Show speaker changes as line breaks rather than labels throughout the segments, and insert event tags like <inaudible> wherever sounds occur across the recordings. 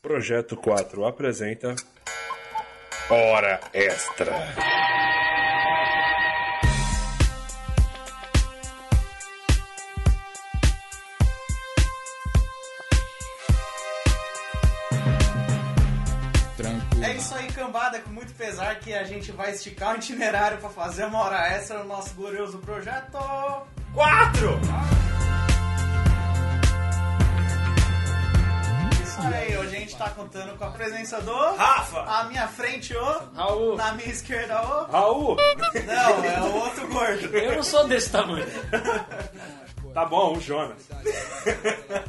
Projeto 4 apresenta Hora Extra.
Tranquilo.
É isso aí, cambada, com muito pesar que a gente vai esticar o itinerário pra fazer uma hora extra no nosso glorioso projeto.
Quatro!
Isso aí, hoje a gente tá contando com a presença do.
Rafa!
À minha frente, o.
Raul,
Na minha esquerda, o.
Raul,
Não, é o outro gordo.
eu não sou desse tamanho.
tá bom, o Jonas.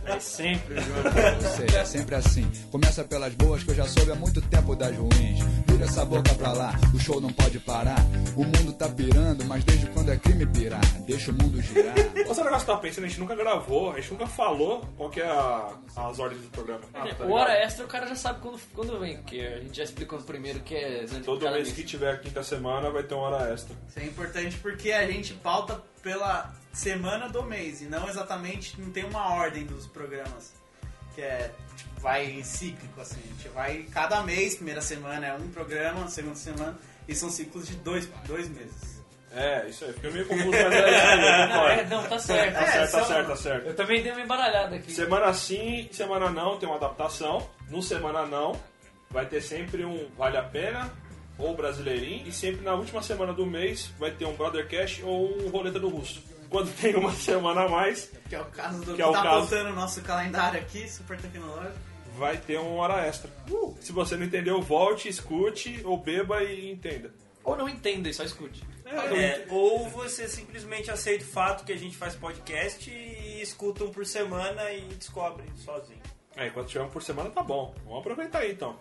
É sempre,
Ou seja, é sempre assim. Começa pelas boas que eu já soube há muito tempo das ruins. Vira essa boca pra lá, o show não pode parar. O mundo tá pirando, mas desde quando é crime pirar? Deixa o mundo girar.
Esse um negócio que eu tava pensando, a gente nunca gravou, a gente nunca falou qual que é a- as ordens do programa. Ah, tá
João. O É, hora extra o cara já sabe quando, quando vem, porque a gente já explicou no primeiro que é.
Todo mês que tiver quinta semana vai ter uma hora extra.
Isso é importante porque a gente pauta pela semana do mês e não exatamente. Não tem uma ordem dos programas. Que é. Tipo, vai em cíclico, assim. A gente vai cada mês, primeira semana é um programa, segunda semana. E são ciclos de dois, dois meses.
É, isso aí. Fiquei meio confuso, mas é isso aí.
Não, <laughs> é,
Bora.
não, tá certo.
Tá certo, tá
só-
certo, tá certo.
Eu também dei uma embaralhada aqui.
Semana sim, semana não tem uma adaptação. No semana não, vai ter sempre um Vale a Pena ou Brasileirinho. E sempre na última semana do mês vai ter um Brother Cash ou um Roleta do Russo. Quando tem uma <laughs> semana a mais,
Que é o caso do que,
é o
tá
caso.
botando o nosso calendário aqui, super tecnológico.
vai ter uma hora extra.
Uh!
Se você não entendeu, volte, escute ou beba e entenda.
Ou não entenda e só escute.
É, ou você simplesmente aceita o fato que a gente faz podcast e escuta um por semana e descobre sozinho.
Aí, quando tiver um por semana, tá bom. Vamos aproveitar aí então.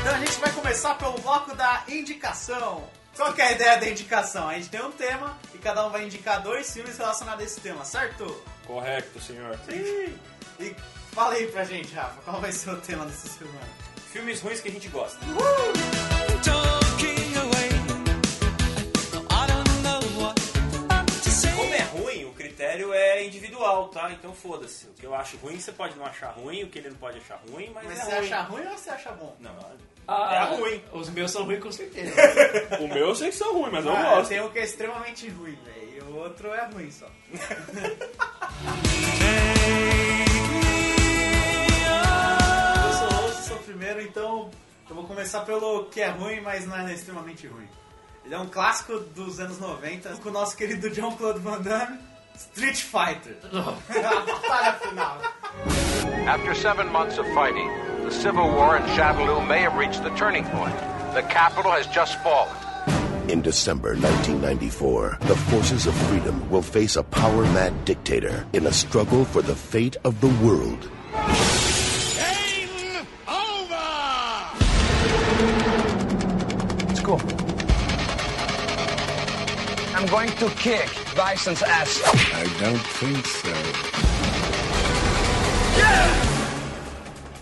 Então a gente vai começar pelo bloco da indicação. Qual que é a ideia da indicação? A gente tem um tema e cada um vai indicar dois filmes relacionados a esse tema, certo?
Correto, senhor.
E fala aí pra gente, Rafa, qual vai ser o tema dessa semana?
Filmes ruins que a gente gosta. Como é ruim, o critério é individual, tá? Então foda-se. O que eu acho ruim, você pode não achar ruim, o que ele não pode achar ruim, mas,
Mas
é
você
ruim.
acha ruim ou você acha bom?
Não,
Ah,
é ruim.
Os meus são ruins com
<laughs>
certeza.
O meu eu sei que são ruins, mas eu
Ah,
gosto.
tem um que é extremamente ruim, velho, e o outro é ruim
<laughs>
só. eu sou host, sou primeiro, então eu vou começar pelo que é ruim, mas não é extremamente ruim. Ele é um clássico dos anos 90, com o nosso querido John Claude Van Damme, Street
<laughs>
Fighter. A batalha final.
After seven months of fighting, the civil war in Châteauroux may have reached the turning point. The capital has just fallen.
In December 1994, the forces of freedom will face a power mad dictator in a struggle for the fate of the world.
I'm going to kick Bison's ass.
I don't think so.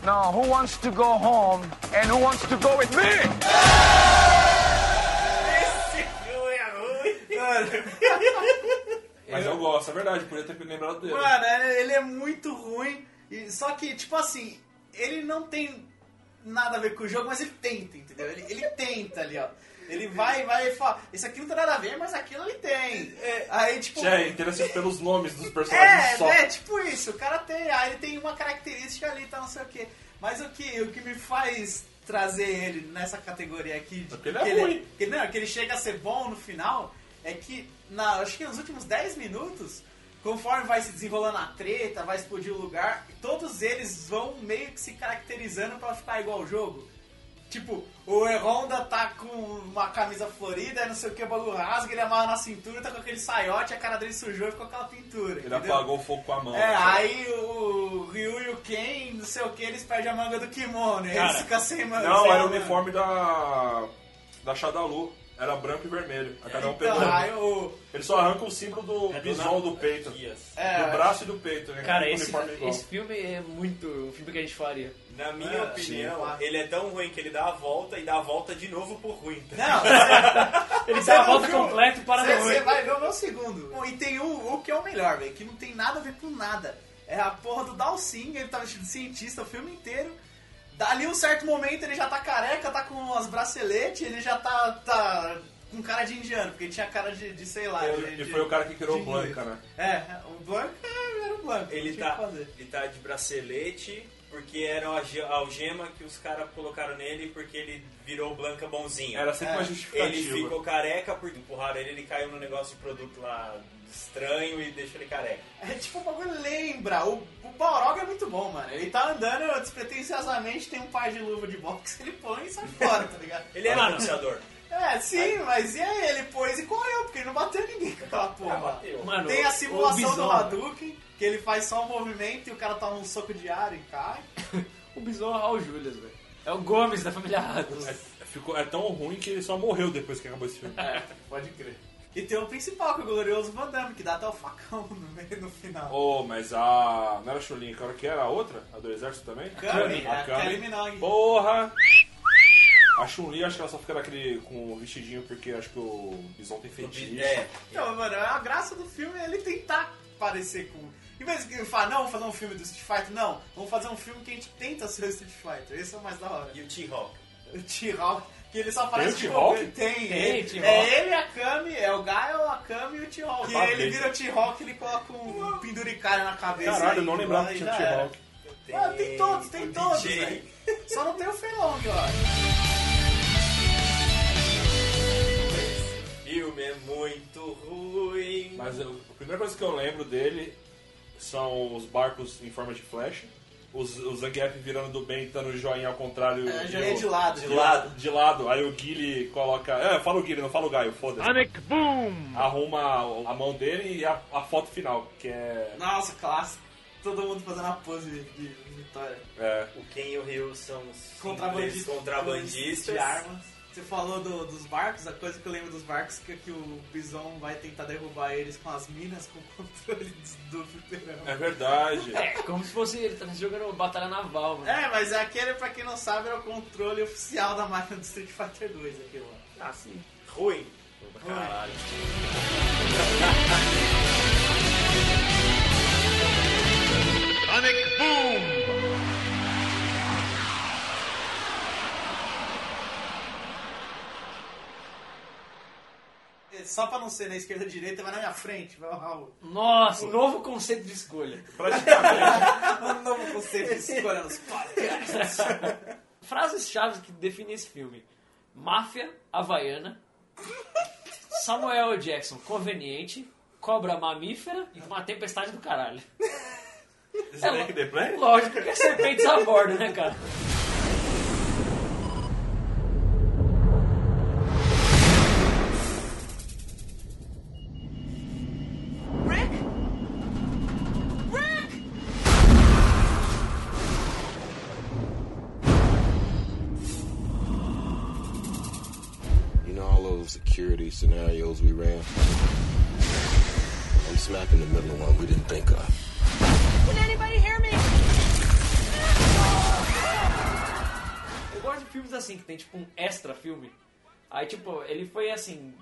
Now, who wants to go home and who wants to go with me?
Esse filme é ruim.
Mas eu gosto, é verdade, podia ter lembrado dele.
Mano, é- ele é muito ruim. E, só que, tipo assim, ele não tem nada a ver com o jogo, mas ele tenta, entendeu? Ele, ele tenta ali, ó. Ele vai, vai e fala, isso aqui não tem nada a ver, mas aquilo ele tem. Aí, tipo.
É, interessante pelos nomes dos personagens
É,
um só.
né? Tipo isso, o cara tem. Aí ele tem uma característica ali, tá não sei o quê. Mas o que, o que me faz trazer ele nessa categoria aqui. de-
Porque ele é ruim.
que- não, que ele chega a ser bom no final, é que na, acho que nos últimos 10 minutos, conforme vai se desenrolando a treta, vai explodir o lugar, todos eles vão meio que se caracterizando pra ficar igual ao jogo. Tipo, o Honda tá com uma camisa florida, não sei o que, o bagulho rasga, ele amarra na cintura, tá com aquele saiote, a cara dele sujou e ficou aquela pintura.
Ele
tipo, entendeu?
apagou o fogo com a mão.
É, aí o Ryu e o Ken, não sei o que, eles perdem a manga do kimono, é e eles
Cara,
ficam sem manga.
Não,
sem a
era o
manga.
uniforme da. da Shadalu. era branco e vermelho. A cada um pegou.
Então, aí o.
Ele só arranca o símbolo
É
do bison do peito.
É,
do braço e do peito. né?
Cara,
Com
esse,
uniforme igual.
esse filme é muito o filme que a gente faria.
Na minha opinião, ele é tão ruim que ele dá a volta e dá a volta de novo por ruim. tá?
Não, você,
Ele
Você
dá a
não
volta
viu?
completa e para
você-
no
você
oito.
vai ver o meu segundo. Bom, e tem um, o que é o melhor, velho, que não tem nada a ver com nada. É a porra do Dalsinha, ele tá vestido de cientista o filme inteiro. Dali um certo momento ele já tá careca, tá com as braceletes, ele já tá, tá com cara de indiano, porque ele tinha cara de, de sei lá. de-
E
é
de-
foi o cara que criou o
de-
Blanca, né?
É, o Blanca era o Blanca. não
Ele
tinha o
tá,
que fazer.
ele tá de bracelete, porque era a alge- a algema que os caras colocaram nele porque ele virou Blanca bonzinho.
Era sempre uma
É.
justificativa.
Ele ficou careca porque empurraram ele, ele caiu no negócio de produto lá estranho e deixou ele careca.
É tipo, o bagulho lembra. O, o Balrog é muito bom, mano. Ele tá andando despretensiosamente, tem um par de luva de boxe, <laughs> ele põe e sai fora, tá ligado?
Ele
Ah.
era anunciador.
É, sim, mas e aí? Ele pôs e correu, porque ele não bateu ninguém com aquela porra.
Mano,
Tem a
o-
simulação
o
do
Bison-
Hadouken, que ele faz só um movimento e o cara toma um soco de ar e cai.
O Bison é o Raul Julias, velho. É o Gomes da família Adams.
É, ficou- é tão ruim que ele só morreu depois que acabou esse filme.
Pode crer. E tem o principal, que é o glorioso Van Damme, que dá até o facão <laughs> no, meio, no final.
Oh, mas a. Não era a Chulin, que hora que era a outra? A do exército também?
Kami,
A
a Kylie Minogue.
Porra! A Chun-Li, acho que ela só fica naquele com o vestidinho porque acho que o Bison tem fetiche.
É,
Então, mano, a graça do filme é ele tentar parecer com. Em vez de ele falar, não, vamos fazer um filme do Street Fighter, não, vamos fazer um filme que a gente tenta ser o Street Fighter. Esse é o mais da hora.
e o T-Hawk.
O T-Hawk, que ele só aparece
o
de
T-Hawk?
bobeira. Tem,
Tem
ele-
T-Hawk.
É ele, a Kami, é o Gaio, a Kami e o T-Hawk. E
Ah,
ele
bem.
vira o T-Hawk e ele coloca um penduricário na cabeça.
Caralho, eu
aí,
não lembrava que
aí
tinha
já
o
era.
T-Hawk.
Ah, tem todos, tem
o
todos,
DJ.
velho. <laughs> Só não tem o Feilong, ó.
Filme é muito ruim.
Mas eu- a primeira coisa que eu lembro dele são os barcos em forma de flecha. Os, o Zangief virando do bem, dando o joinha ao contrário.
É,
e
joinha
o-
de lado,
De
de
lado. De lado. Aí o Guile coloca. É, fala o Guile, não fala o Gaio, foda-se. Arruma a mão dele e a, a foto final, que é.
Nossa, clássico. Todo mundo fazendo a pose de, de vitória.
é,
O Ken e o Ryu são os
Contrabandista-
simples contrabandistas.
de armas. Você falou do- dos barcos, a coisa que eu lembro dos barcos é que, que o Bison vai tentar derrubar eles com as minas com <laughs> o controle do fliperama.
é verdade.
É, como se fosse ele tá jogando uma batalha naval, mano.
É, mas aquele, pra quem não sabe, era o controle oficial da máquina do Street Fighter 2, aquilo lá.
Ah, sim. Ruim. Caralho.
É, Só pra não ser na esquerda ou direita, vai na minha frente, vai o <laughs> Raul.
Nossa, novo conceito de escolha.
Um novo conceito de escolha nos podcasts.
Frases chaves que definem esse filme: Máfia, Havaiana, Samuel L. Jackson, conveniente, cobra mamífera e uma tempestade do caralho.
Snake the Play?
Lógico que é serpentes a bordo, né, cara?
Rick? Rick!
You know all those security scenarios we ran? I'm smack in the middle of one we didn't think of.
Can anybody hear me?
Eu gosto de filmes assim, que tem tipo um extra filme. Aí, tipo, ele foi assim.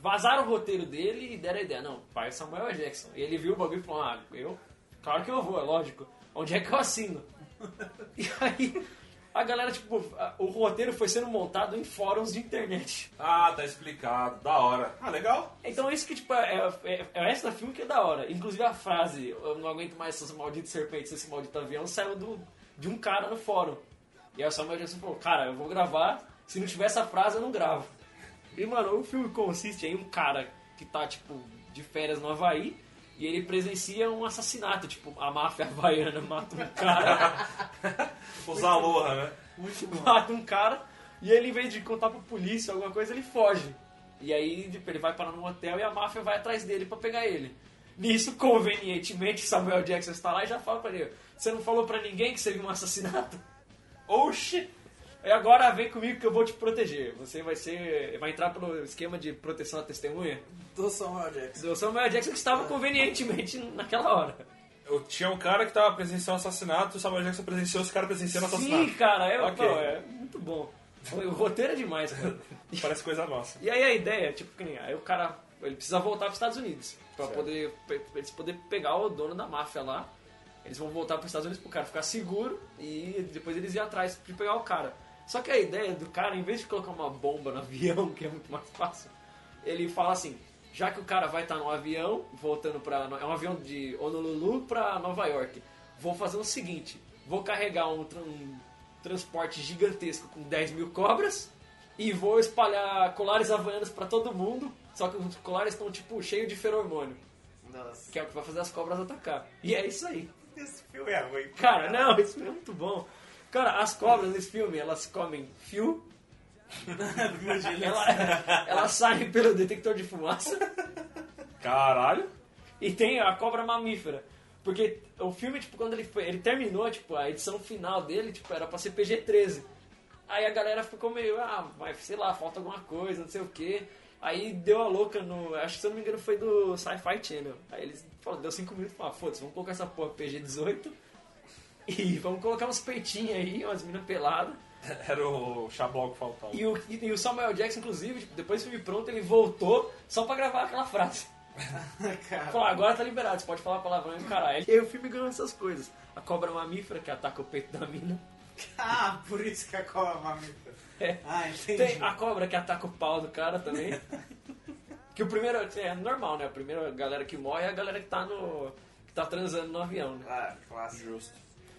Vazaram o roteiro dele e deram a ideia. Não, pai Samuel L. Jackson. E ele viu o bagulho e falou: Ah, eu? Claro que eu vou, é lógico. Onde é que eu assino? <laughs> e aí, a galera, tipo, a- o roteiro foi sendo montado em fóruns de internet.
Ah, tá explicado. Da hora. Ah, legal.
Então, isso que, tipo, é, é, é o extra filme que é da hora. Inclusive, a frase: Eu não aguento mais essas malditas serpentes, esse maldito avião, saiu do, de um cara no fórum. E aí o Samuel Jackson falou: Cara, eu vou gravar, se não tiver essa frase, eu não gravo. E, mano, o filme consiste em um cara que tá, tipo, de férias no Havaí. E ele presencia um assassinato, tipo, a máfia <laughs> havaiana mata um cara
Os Aloha, né?
<laughs> mata um cara e ele, em vez de contar pra polícia alguma coisa, ele foge. E aí tipo, ele vai parar num hotel e a máfia vai atrás dele pra pegar ele. Nisso, convenientemente, Samuel <laughs> Jackson está lá e já fala pra ele: Você não falou pra ninguém que você viu um assassinato?
Oxi!
E agora vem comigo que eu vou te proteger. Você vai ser. Vai entrar pelo esquema de proteção à testemunha.
Do Samuel Jackson. É.
Do Samuel Jackson que estava convenientemente naquela hora.
Eu tinha um cara que tava presenciando assassinato, o Samuel Jackson presenciou esse cara presenciando assassinato.
Sim, cara, é,
Ok.
pô, é muito bom. O roteiro é demais, cara.
Parece coisa nossa.
E aí a ideia, tipo, que nem aí o cara ele precisa voltar para os Estados Unidos para poder pra eles poder pegar o dono da máfia lá. Eles vão voltar para os Estados Unidos pro cara ficar seguro e depois eles ir atrás de pegar o cara. Só que a ideia do cara, em vez de colocar uma bomba no <laughs> avião, que é muito mais fácil, ele fala assim: já que o cara vai estar no avião, voltando para é um avião de Honolulu para Nova York, vou fazer o seguinte: vou carregar um, tra- um transporte gigantesco com 10 mil cobras e vou espalhar colares havaianos pra todo mundo. Só que os colares estão tipo cheios de feromônio,
Nossa,
que é o que vai fazer as cobras atacar. E é isso aí.
Esse filme é
<laughs>
ruim.
Cara, não, isso é muito bom. Cara, as cobras nesse filme, elas comem fio, ela- elas saem pelo detector de fumaça.
Caralho.
E tem a cobra mamífera. Porque o filme, tipo, quando ele, foi- ele terminou, tipo, a edição final dele, tipo, era pra ser PG-13. Aí a galera ficou meio, ah, mas sei lá, falta alguma coisa, não sei o quê. Aí deu a louca no. Acho que se eu não me engano foi do Sci-Fi Channel. Aí eles falaram, deu 5 minutos e falaram, foda-se, vamos colocar essa porra PG-18 <laughs> e vamos colocar uns peitinhos aí, umas minas peladas.
Era o Xablau que faltava.
E o, e, e o Samuel Jackson, inclusive, tipo, depois do filme pronto, ele voltou só pra gravar aquela frase. Falou, agora tá liberado, você pode falar palavrão e caralho. E aí o filme ganhou essas coisas. A cobra mamífera que ataca o peito da mina.
Ah, por isso que a cola é mamífera.
É.
Ah, entendi.
Tem a cobra que ataca o pau do cara também. <laughs> que o primeiro. É normal, né? A primeira galera que morre é a galera que tá no. que tá transando no avião, né?
Ah, clássico.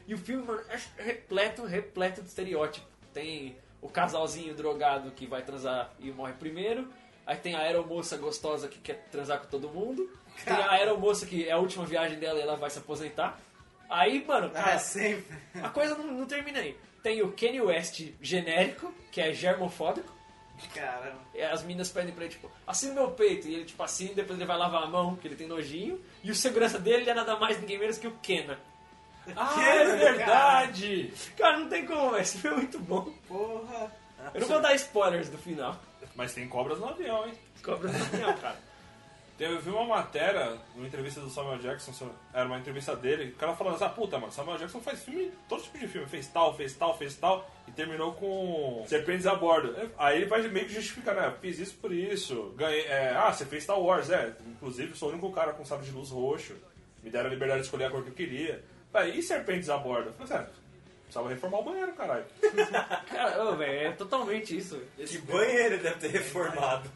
E o filme, mano, é repleto, repleto de estereótipo. Tem o casalzinho drogado que vai transar e morre primeiro. Aí tem a aeromoça gostosa que quer transar com todo mundo. Tem a aeromoça que é a última viagem dela e ela vai se aposentar. Aí, mano,
Ah,
cara,
é sempre.
a coisa não, não termina aí. Tem o Kanye West genérico, que é germofóbico.
Caramba.
E as meninas pedem pra ele, tipo, assina meu peito. E ele, tipo, assina, depois ele vai lavar a mão, que ele tem nojinho. E o segurança dele é nada mais, ninguém menos que o Kena. Ah,
Kena,
é verdade! Cara, não tem como, velho. Esse filme é muito bom.
Porra.
Eu não vou dar spoilers do final.
Mas tem cobras no avião, hein?
Cobra do final, cara.
Tem- Eu vi uma matéria, uma entrevista do Samuel Jackson, se eu- era uma entrevista dele, o cara falando assim, ah, puta, mano, Samuel Jackson faz filme, todo tipo de filme, fez tal, fez tal, fez tal, e terminou com Serpentes a Bordo. Aí ele vai meio que justificar, né, fiz isso por isso, ganhei, é, ah, você fez Star Wars, é, inclusive sou o único cara com sabre de luz roxo, me deram a liberdade de escolher a cor que eu queria. Aí, e Serpentes a Bordo? Eu falei assim, "Ah, precisava reformar o banheiro, caralho.
Cara, ô, velho, é totalmente isso. velho.
Que banheiro deve ter reformado.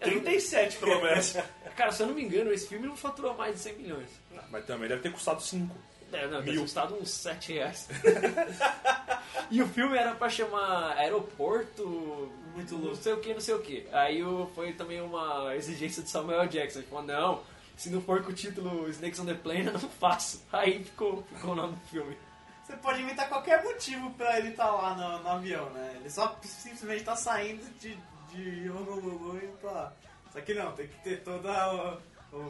37, pelo menos.
Cara, se eu não me engano, esse filme não faturou mais de 100 milhões.
Mas também deve ter custado 5.
É, não,
Mil.
Mil. custado uns 7 reais. <laughs> e o filme era pra chamar aeroporto. Muito louco. Não sei o que, não sei o que. Aí o- foi também uma exigência de Samuel Jackson. Ele falou: não, se não for com o título Snakes on the Plane, eu não faço. Aí ficou, ficou o nome do filme.
Você pode inventar qualquer motivo pra ele estar lá no, no avião, né? Ele só simplesmente tá saindo de, de Honolulu e tá lá. Só que não, tem que ter toda a, a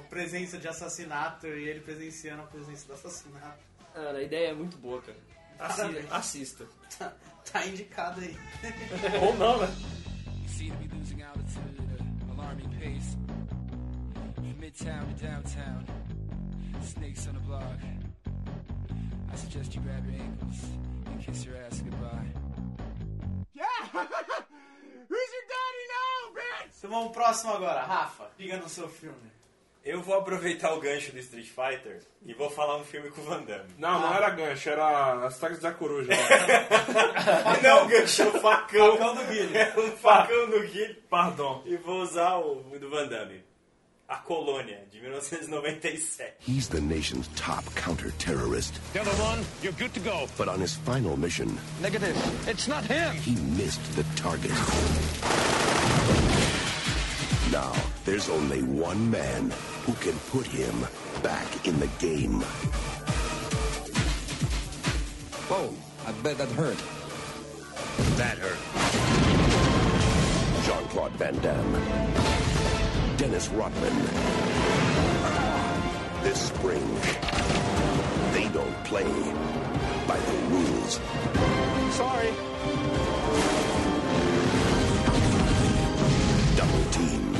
presença de assassinato e ele presenciando a presença do assassinato. <laughs>
Cara, a ideia é muito boa, cara. Assi-
Parabéns.
assista.
Tá, tá indicado aí.
Ou não, né?
You seem to be losing altitude at an alarming pace. From midtown to downtown, snakes on the block. I suggest you grab your ankles and kiss your ass goodbye.
Então vamos pro próximo agora, Rafa. Diga no seu filme.
Eu vou aproveitar o gancho do Street Fighter e vou falar um filme com o Van Damme.
Não, não era gancho, era as tags da coruja.
Não, gancho, é um facão.
Facão do Guilherme.
<laughs> É um facão do Guilherme.
Pardon.
E vou usar o do Van Damme. A Colônia, de 1997.
He's the nation's top counter terrorist.
Delta One, you're good to go.
But on his final mission,
Negative. It's not him.
he missed the target. Now, there's only one man who can put him back in the game.
Whoa, I bet that hurt.
That hurt. Jean Claude Van Damme. Dennis Rodman. this spring. They don't play by the rules. Sorry. Double team.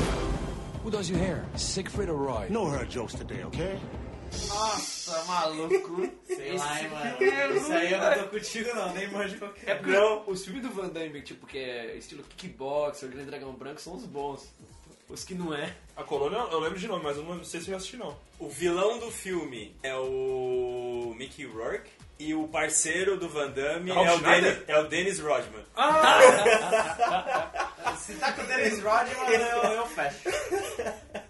Who does your hair? Siegfried or Roy? No her jokes today, okay?
Nossa, maluco. Sei lá, hein, mano.
filme é
Isso aí eu não
ruim, velho.
tô contigo, não. Nem manjo qualquer
É porque os filmes do Van Damme, tipo, que é estilo kickboxer, Grande Dragão Branco, são os bons. Os que não é.
A colônia eu lembro de nome, mas eu não sei se eu já assisti não.
O vilão do filme é o Mickey Rourke e o parceiro do Van Damme
É
é,
o
o,
Schneider?
Dennis, é o Dennis Rodman.
Se tá com o Dennis
é um
Rodman, eu, eu fecho.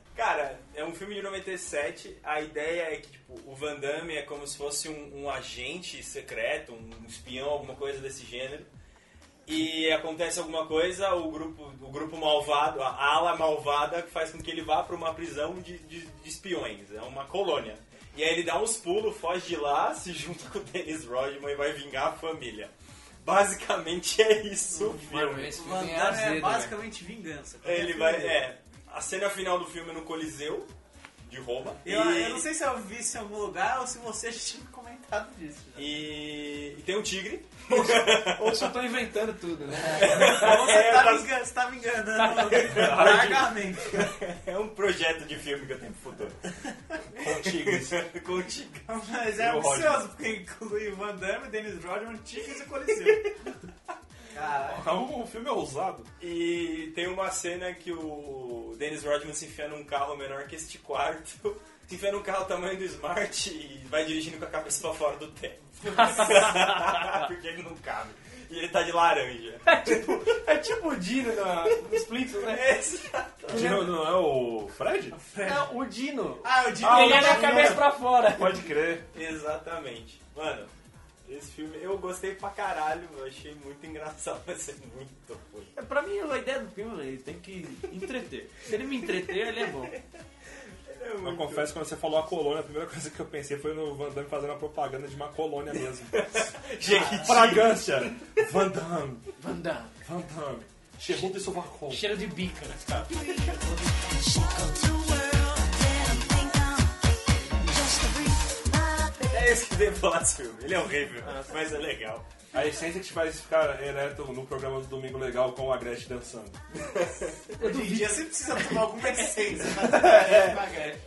<laughs> Cara, é um filme de 97. A ideia é que tipo, o Van Damme é como se fosse um, um agente secreto, um espião, alguma coisa desse gênero. E acontece alguma coisa, o grupo, o grupo malvado, a ala malvada, faz com que ele vá para uma prisão de, de, de espiões, é uma colônia. E aí ele dá uns pulos, foge de lá, se junta com o Dennis Rodman e vai vingar a família. Basicamente é isso o
Mano,
filme.
esse
O Van
filme é
Damme é
azedo, velho.
basicamente vingança. Qualquer
Ele
filme
vai.
dele.
É. A cena final do filme é no Coliseu de Roma.
Eu,
e,
eu não sei se eu vi isso em algum lugar ou se você já tinha comentado disso. Já.
E, e tem um tigre. <laughs>
Ou só tô inventando
<laughs>
tudo, né?
Então você,
É,
tá
tá-
me engan- você tá me enganando <laughs> largamente.
É um projeto de filme que eu tenho pro
<laughs>
futuro. Com tigres. <laughs> Com tigres.
Mas é
E o
ambicioso,
Rodman.
porque inclui Van Damme, Dennis Rodman, Tigres e Coliseu. Cara,
<laughs> O filme é ousado.
E tem uma cena que o Dennis Rodman se enfia num carro menor que este quarto. <laughs> Se enfia num carro tamanho do Smart e vai dirigindo com a cabeça pra fora do
<laughs>
teto. <laughs> Porque ele não cabe. E ele tá de laranja.
É tipo o Dino na, nos Flintstones, né?
Esse-
Não, não é o Fred?
Não, o Dino.
ah, eu digo
ele é da cabeça pra <laughs> fora.
Pode crer.
Exatamente. Mano, esse filme eu gostei pra caralho. Eu achei muito engraçado, <laughs> mas é muito ruim.
É, Pra mim, a ideia do filme, ele tem que entreter. Se ele me entreter, ele é bom.
<laughs> É
Eu
muito
confesso que quando você falou a colônia, a primeira coisa que eu pensei foi no Van Damme fazendo a propaganda de uma colônia mesmo.
<laughs> Gente,
Fragância! Van Damme,
Van Damme.
Van Damme. Chegou de Sovacol.
Cheiro de bica.
é esse que tem que falar desse filme. Ele é horrível, mas é legal.
A essência que te faz ficar ereto no programa do Domingo Legal com a Gretchen dançando.
Hoje em dia você precisa tomar alguma essência. né?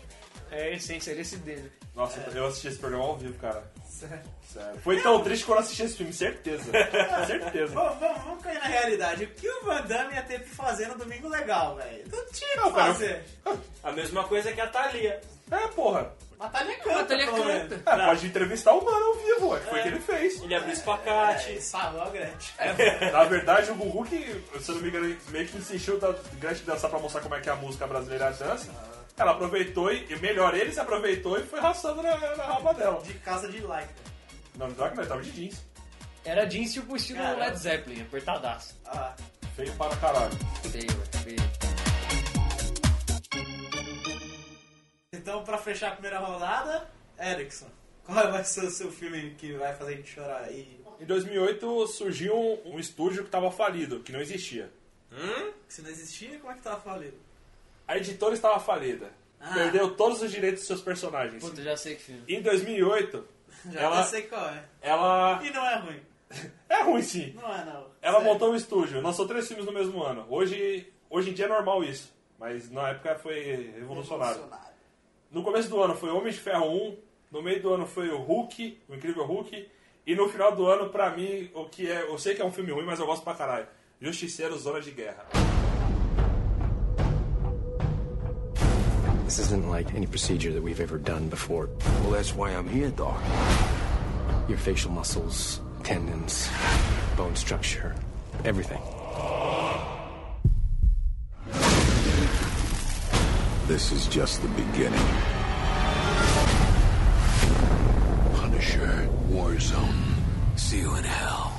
É a essência desse dele.
Nossa, eu assisti esse programa ao vivo, cara. Sério. Foi tão triste quando eu assisti esse filme, certeza. certeza.
Vamos, vamos, vamos cair na realidade. O que o Van Damme ia ter que fazer no Domingo Legal, velho? Não tinha o que
cara, eu-
fazer.
A mesma coisa que a Thalia.
É, porra.
Batalha canta,
Batalha
pelo
canta.
menos.
É, pode entrevistar o mano ao vivo, ué. Foi o que ele fez.
Ele abriu espacate.
É, Salve, ó, Gretchen.
Na verdade, o Gugu que, se eu não me engano, ele meio que insistiu da Gretchen dançar pra mostrar como é que a música brasileira dança. Ela aproveitou e, e melhor, ele se aproveitou e foi raçando na, na raba dela.
De casa de like, velho.
Não, não tava que não, ele tava de jeans.
Era jeans tipo o estilo
Caramba.
Led Zeppelin, apertadaço.
Ah,
Feio para caralho.
Feio, feio.
Então, pra fechar a primeira rodada, Erickson, qual vai ser o seu filme que vai fazer a gente chorar aí?
Em 2008 surgiu um, um estúdio que tava falido, que não existia.
Se não existia, como é que tava falido?
A editora estava falida.
Ah.
Perdeu todos os direitos dos seus personagens.
Puta, já sei que filme.
Em 2008,
<laughs> Já
Ela-
não sei qual é.
ela.
E não é ruim.
É ruim sim.
Não é, não.
Ela
Sério.
montou um estúdio, lançou três filmes no mesmo ano. Hoje, hoje em dia é normal isso, mas na época foi revolucionário.
Revolucionário.
No começo do ano foi Homem de Ferro 1, no meio do ano foi o Hulk, o Incrível Hulk, e no final do ano, pra mim, o que é. Eu sei que é um filme ruim, mas eu gosto pra caralho. Justiceiro Zona de Guerra.
This isn't like any procedure that we've ever done before.
Well, that's why I'm here, Doc.
Your facial muscles, tendons, bone structure, everything.
This is just the beginning. Punisher, Warzone. See you in hell.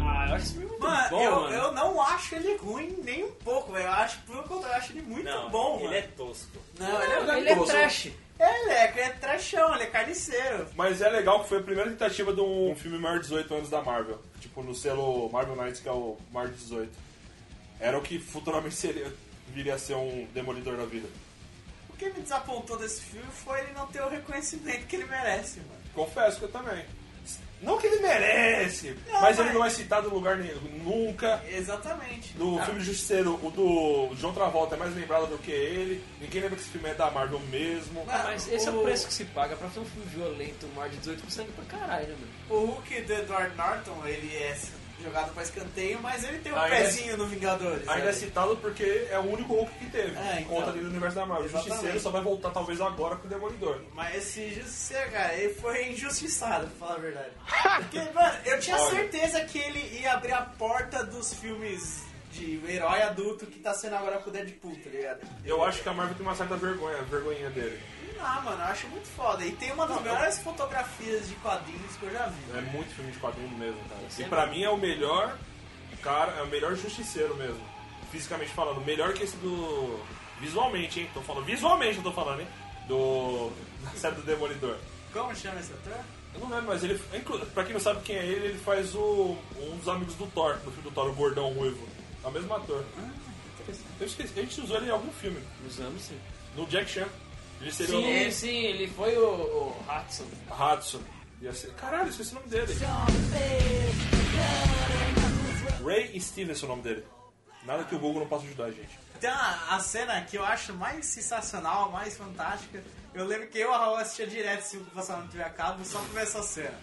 Ah, eu acho esse filme muito
Mano,
bom,
eu,
mano.
eu não acho ele ruim nem um pouco, velho. Eu acho, pelo contrário, eu acho ele muito
Não,
bom,
ele
mano.
é tosco.
Não, ele é
ele é
gostoso.
trash.
Ele é, ele é trashão, ele é carniceiro.
Mas é legal que foi a primeira tentativa de um filme maior de 18 anos da Marvel. Tipo, no selo Marvel Knights, que é o maior de 18. Era o que futuramente <laughs> seria. viria a ser um demolidor da vida?
O que me desapontou desse filme foi ele não ter o reconhecimento que ele merece, mano.
Confesso que eu também. Não que ele merece, mas ele não é citado em lugar nenhum. Nunca.
Exatamente.
No
Ah,
filme do Justiceiro, o do John Travolta é mais lembrado do que ele. Ninguém lembra que esse filme é da Marvel mesmo.
Ah, mas esse é
o-
o preço que se paga pra ser um filme violento, maior de 18 sangue pra caralho, né, mano?
O Hulk do Edward Norton, ele é jogado pra escanteio, mas ele tem um
Ainda-
pezinho no Vingadores.
Ainda é
né?
citado porque é o único Hulk que teve.
É, então.
Conta dele no universo da Marvel. O
Exatamente.
Justiceiro só vai voltar talvez agora com o Demolidor.
Mas esse Justiceiro, cara, ele foi injustiçado, pra falar a
<laughs>
verdade. Porque, mano, eu tinha
Olha.
certeza que ele ia abrir a porta dos filmes de herói adulto que tá sendo agora com o Deadpool, tá ligado?
Eu acho que a Marvel tem uma certa vergonha, vergonhinha dele.
Ah, mano, eu acho muito foda. E tem uma das melhores fotografias de quadrinhos que eu já vi.
É muito filme de quadrinho mesmo, cara.
Sim,
e pra
mano.
mim é o melhor cara, é o melhor justiceiro mesmo. Fisicamente falando, melhor que esse do. Visualmente, hein? Tô falando. Visualmente eu tô falando, hein? Do. <laughs> Da série do Demolidor.
Como chama esse ator?
Eu não lembro, mas ele. inclu- Pra quem não sabe quem é ele, ele faz o. um dos amigos do Thor, do filme do Thor, o gordão ruivo. É o mesmo ator.
Ah,
Eu esqueci, a gente usou ele em algum filme.
Usamos sim.
No Jack Chan. Ele seria
Sim,
é.
o
sim, ele foi o, o Hudson.
Hudson. Ia ser- Caralho, esqueci o nome dele. Ray Stevenson é o nome dele. Nada que o Google não possa ajudar, gente.
Tem a, a cena que eu acho mais sensacional, mais fantástica. Eu lembro que eu e a Raul assistia direto se o passava no TV a cabo, só pra ver essa cena.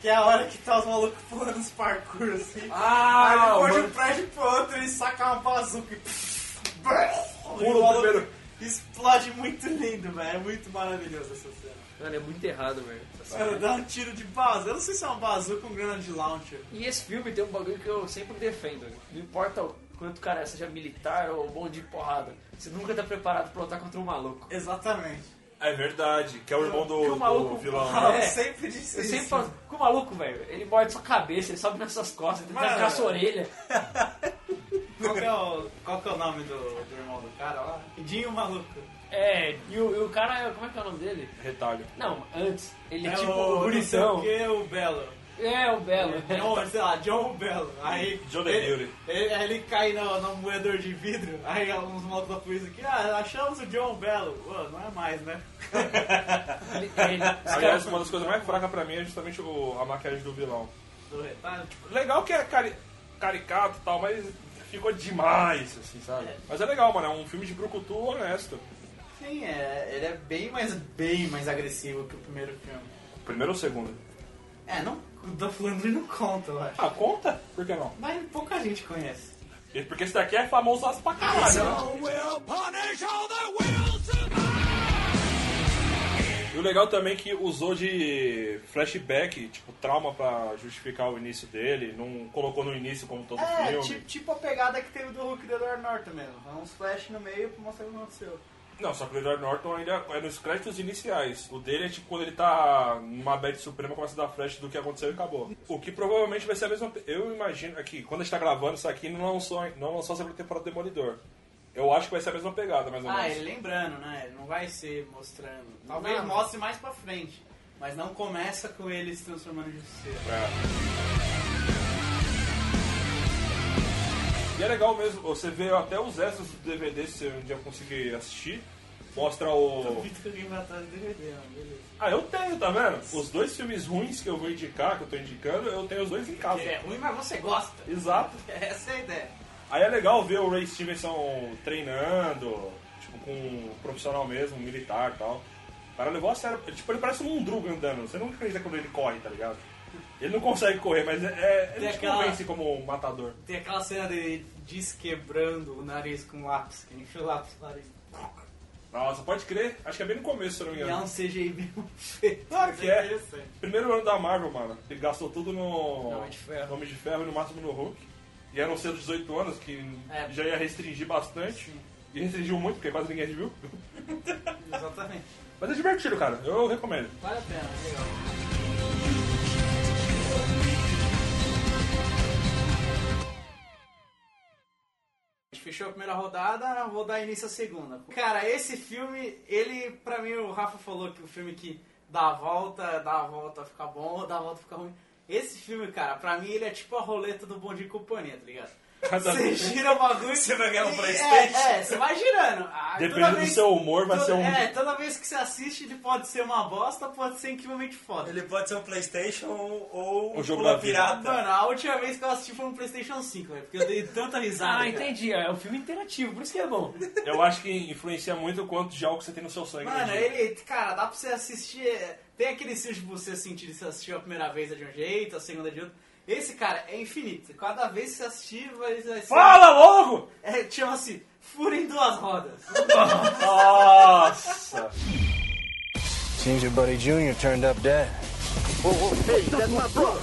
Que é a hora que tá os malucos pulando os parkour assim.
Ah,
aí ele pôr de
mano.
um prédio pro outro e saca uma bazuca e. Pula
Pula o primeiro.
Explode muito lindo, velho. É muito maravilhoso essa cena.
Mano, é muito errado,
<laughs>
velho.
Cara, dá um tiro de bazuca. Eu não sei se é uma bazuca ou um granada launcher.
E esse filme tem um bagulho que eu sempre defendo. Não importa o quanto o cara seja militar ou bom de porrada, você nunca tá preparado pra lutar contra um maluco.
Exatamente.
É verdade, que é o irmão do,
Que o maluco-
do vilão. né?
Ah,
eu
<laughs> é.
sempre disse
Eu
isso.
sempre falo com o maluco, velho. Ele morde sua cabeça, ele sobe nas suas costas, ele
Mano.
arrancar sua orelha.
Qual que é o, qual que é o nome do, do irmão do cara lá? Dinho Maluco.
É, e o, e o cara, é- como é que é o nome dele?
Retalho.
Não, antes. Ele é, tipo o gurição.
não sei o que, o Belo.
É, o Belo.
John, sei lá, John Belo. Aí,
John the
ele,
Beauty.
ele, aí ele cai no, no moedor de vidro, aí uns malucos da polícia aqui, ah, achamos o John Belo. Pô, não é mais, né?
Ele- ele- esse
Aliás,
cara-
uma das coisas mais fracas pra mim é justamente o- a maquiagem do vilão.
Do retalho. tipo,
Legal que é cari- caricato e tal, mas ficou demais, assim, sabe?
É.
Mas é legal, mano, é um filme de brucutu honesto.
Sim, é, ele é bem mais, bem mais agressivo que o primeiro filme.
Primeiro ou segundo?
É, não, o da Flandre não conta, eu acho.
Ah, conta? Por que não?
Mas pouca gente conhece.
E- Porque esse daqui é famoso pra caralho, né? E o legal também é que usou de flashback, tipo, trauma pra justificar o início dele, não colocou no início como todo
É,
filme.
tipo, tipo a pegada que teve do Hulk e do Edward Norton mesmo. É uns flash no meio pra mostrar o que aconteceu.
Não, só que o Edward Norton ainda é nos créditos iniciais. O dele é tipo quando ele tá numa bad suprema, começa a dar flash do que aconteceu e acabou. O que provavelmente vai ser a mesma. Eu imagino aqui, quando a gente tá gravando isso aqui, não lançou, não lançou a segunda temporada do Demolidor. Eu acho que vai ser a mesma pegada, mais ou
Ah,
menos.
ele lembrando, né? Ele não vai ser mostrando. Talvez
Não.
mostre mais pra frente. Mas não começa com ele se transformando em justiceiro.
E é legal mesmo, você vê até os extras do DVD, se um dia eu conseguir assistir. Mostra o.
Duvido que alguém vai atrás do DVD, mano. Beleza.
Ah, eu tenho, tá vendo? Os dois filmes ruins que eu vou indicar, que eu tô indicando, eu tenho os dois em casa.
Porque é ruim, mas você gosta.
Exato.
Essa é a ideia.
Aí é legal ver o Ray Stevenson treinando, tipo, com um profissional mesmo, um militar e tal. O cara levou a sério. Tipo, ele parece um Mundrugo andando. Você não acredita quando ele corre, tá ligado? Ele não consegue correr, mas é, é, ele
Tem
te
aquela-
convence como um matador.
Tem aquela cena dele desquebrando o nariz com lápis, que ele enfia o lápis no nariz.
Nossa, pode crer. Acho que é bem no começo, se eu não me
E é um
engano.
CGI bem <laughs> feito.
Claro que é.
Interessante.
Primeiro ano da Marvel, mano. Ele gastou tudo no...
No Homem de Ferro.
Homem de Ferro e no máximo no Hulk. E eram seus 18 anos, que
É.
já ia restringir bastante. E restringiu muito, porque quase ninguém viu. <laughs>
Exatamente.
Mas é divertido, cara. Eu recomendo.
Vale a pena,
é
legal. A gente Fechou a primeira rodada, vou dar início à segunda. Cara, esse filme, ele, pra mim, o Rafa falou que o filme que dá um- a volta, dá a volta, fica bom, dá a volta, fica ruim. Esse filme, cara, pra mim ele é tipo a roleta do Bom Dia e Companhia, tá ligado?
Cada
Você gira o bagulho. Você
vai ganhar um
É,
Playstation.
é, você vai girando. Ah, toda
Dependendo do
vez-
seu humor, vai
toda-
ser um-
É, toda vez que você assiste, ele pode ser uma bosta, pode ser incrivelmente foda.
Ele pode ser um Playstation ou um
O jogo
Pula
da vida.
é Pirata.
Mano, a última vez que eu assisti foi no PlayStation 5, velho, porque eu dei tanta risada.
Ah, entendi. É um filme interativo, por isso que é bom.
Eu acho que influencia muito o quanto de álcool você tem no seu sangue. né,
Mano,
hoje em dia.
ele, cara, dá pra você assistir. Tem aquele estilo de você sentir se assistiu a primeira vez é de um jeito, a segunda é de outro. Esse, cara, é infinito. Cada vez que você assistir, vai, vai ser. assim,
Fala logo!
É, chama-se Fura em Duas Rodas.
Nossa!
Seems your buddy Junior turned up dead. Whoa, whoa, hey, that's my brother.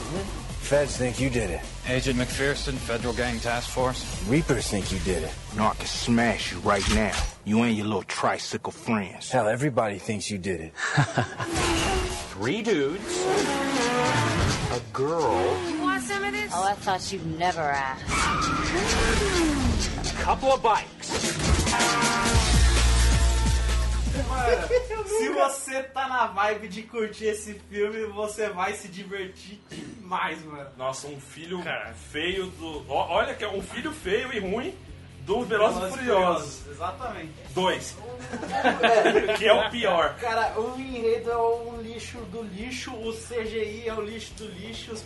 Feds think you did it.
Agent McPherson, Federal Gang Task Force.
Reapers think you did it.
No, I can smash you right now. You and your little tricycle friends.
Hell, everybody thinks you did it.
Three dudes, a girl,
You want some of this?
Oh, I thought you'd never ask.
couple of bikes.
Mano, se você tá na vibe de curtir esse filme, você vai se divertir demais, mano.
Nossa, um filho feio do. ó, Olha que é um filho feio e ruim do Velozes e Furiosos.
assim, Exatamente.
Dois. que é o pior.
Cara, o enredo é um lixo do lixo, o CGI é o lixo do lixo, os
Ah,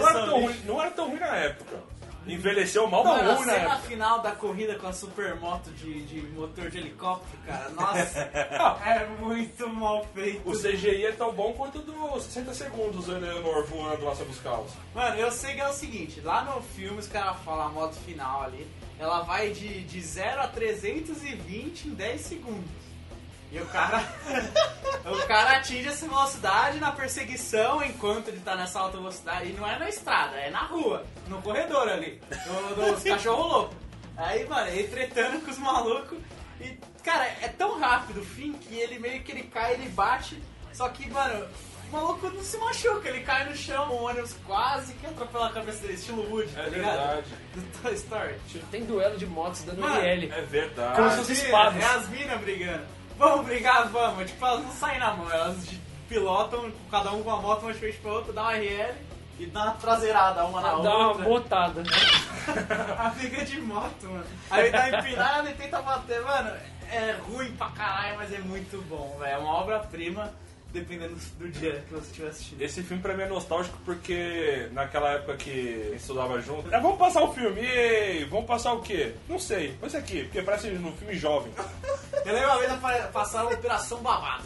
não, não era,
são
tão
lixo.
ruim, não era tão ruim na época. Envelheceu mal,
Não,
mal
a
ruim na
cena
época.
final da corrida com a supermoto de, de motor de helicóptero, cara, nossa,
<laughs>
é muito mal feito.
Ah, O CGI é tão bom quanto do 60 segundos, o Eleanor voando lá sobre os carros.
Mano, eu sei que é o seguinte, lá no filme os caras falam a moto final ali, ela vai de, de 0 a 320 em 10 segundos. E o cara. <laughs> o cara atinge essa velocidade na perseguição enquanto ele tá nessa alta velocidade. E não é na estrada, é na rua, no corredor ali. do- do- Dos cachorro louco. Aí, mano, ele tretando com os malucos. E, cara, é tão rápido o fim que ele meio que ele cai, ele bate. Só que, mano, o maluco não se machuca, ele cai no chão, o ônibus quase que atropela a cabeça dele, estilo Woody, tá
É
ligado?
verdade.
Do <laughs> Toy Story.
Tem duelo de motos dando
Mano,
RL.
É verdade.
Como se fossem
As minas,
espadas.
É as minas brigando. Vamos brigar, vamos. Tipo, elas não saem na mão, elas de- pilotam, cada um com uma moto, uma de frente pra outra, dá uma RL e dá uma traseirada uma na
Dá
outra.
uma botada.
<laughs>
né?
A briga de moto, mano. Aí dá empinada e tenta bater, mano. É ruim pra caralho, mas é muito bom, velho. É uma obra-prima, dependendo do dia que você estiver assistindo.
Esse filme pra mim é nostálgico porque naquela época que estudava junto. É, vamos passar o filme, ei, vamos passar o quê? Não sei, mas isso aqui, porque parece um filme jovem.
Eu lembro uma vez apa- passaram Operação Babado,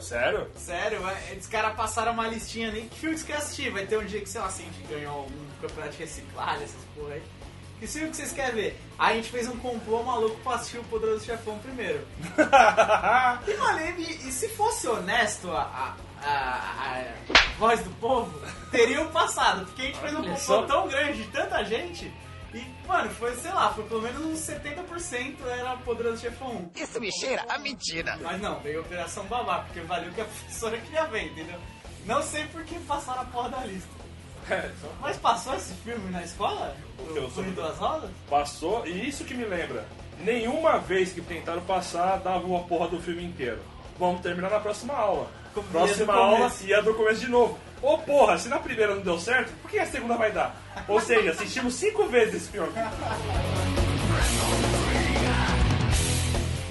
<laughs> Sério?
Sério, vai- eles caras passaram uma listinha nem que filmes que quer assistir. Vai ter um dia que, sei lá, assim, a gente ganhou algum campeonato de reciclagem, essas porra aí. Que filme que vocês querem ver? Aí a gente fez um complô maluco pra assistir o Poderoso Chefão primeiro. e, mano, e, e se fosse honesto a, a- a- a voz do povo, teriam passado. Porque a gente fez um
Olha
complô
só.
tão grande de tanta gente. E, mano, foi, sei lá, foi pelo menos uns 70% era Poderoso Chefão 1.
Isso me cheira a mentira.
Mas não, veio a Operação Babá, porque valeu o que a <laughs> professora queria ver, entendeu? Não sei por que passaram a porra da lista.
<laughs> É, só
Mas passou esse filme na escola?
que eu sou-
Por duas rodas?
passou, e isso que me lembra. Nenhuma vez que tentaram passar, dava uma porra do filme inteiro. Vamos terminar na próxima aula.
Como ia do
próxima aula
começo.
ia do começo de novo. Ô porra, se na primeira não deu certo, por que a segunda vai dar? Ou seja, assistimos cinco vezes esse filme.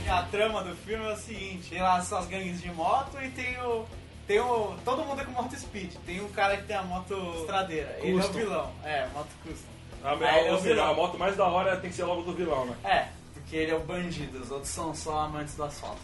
E a trama do filme é o seguinte, tem lá suas gangues de moto e tem o... Tem o... Todo mundo é com moto speed. Tem um cara que tem a moto estradeira. Ele é o
Custom.
vilão. É, moto custom.
A,
Aí
ou
eu vi
seja,
lá.
a moto mais da hora tem que ser logo do vilão, né?
É, porque ele é o bandido. Os outros são só amantes do asfalto.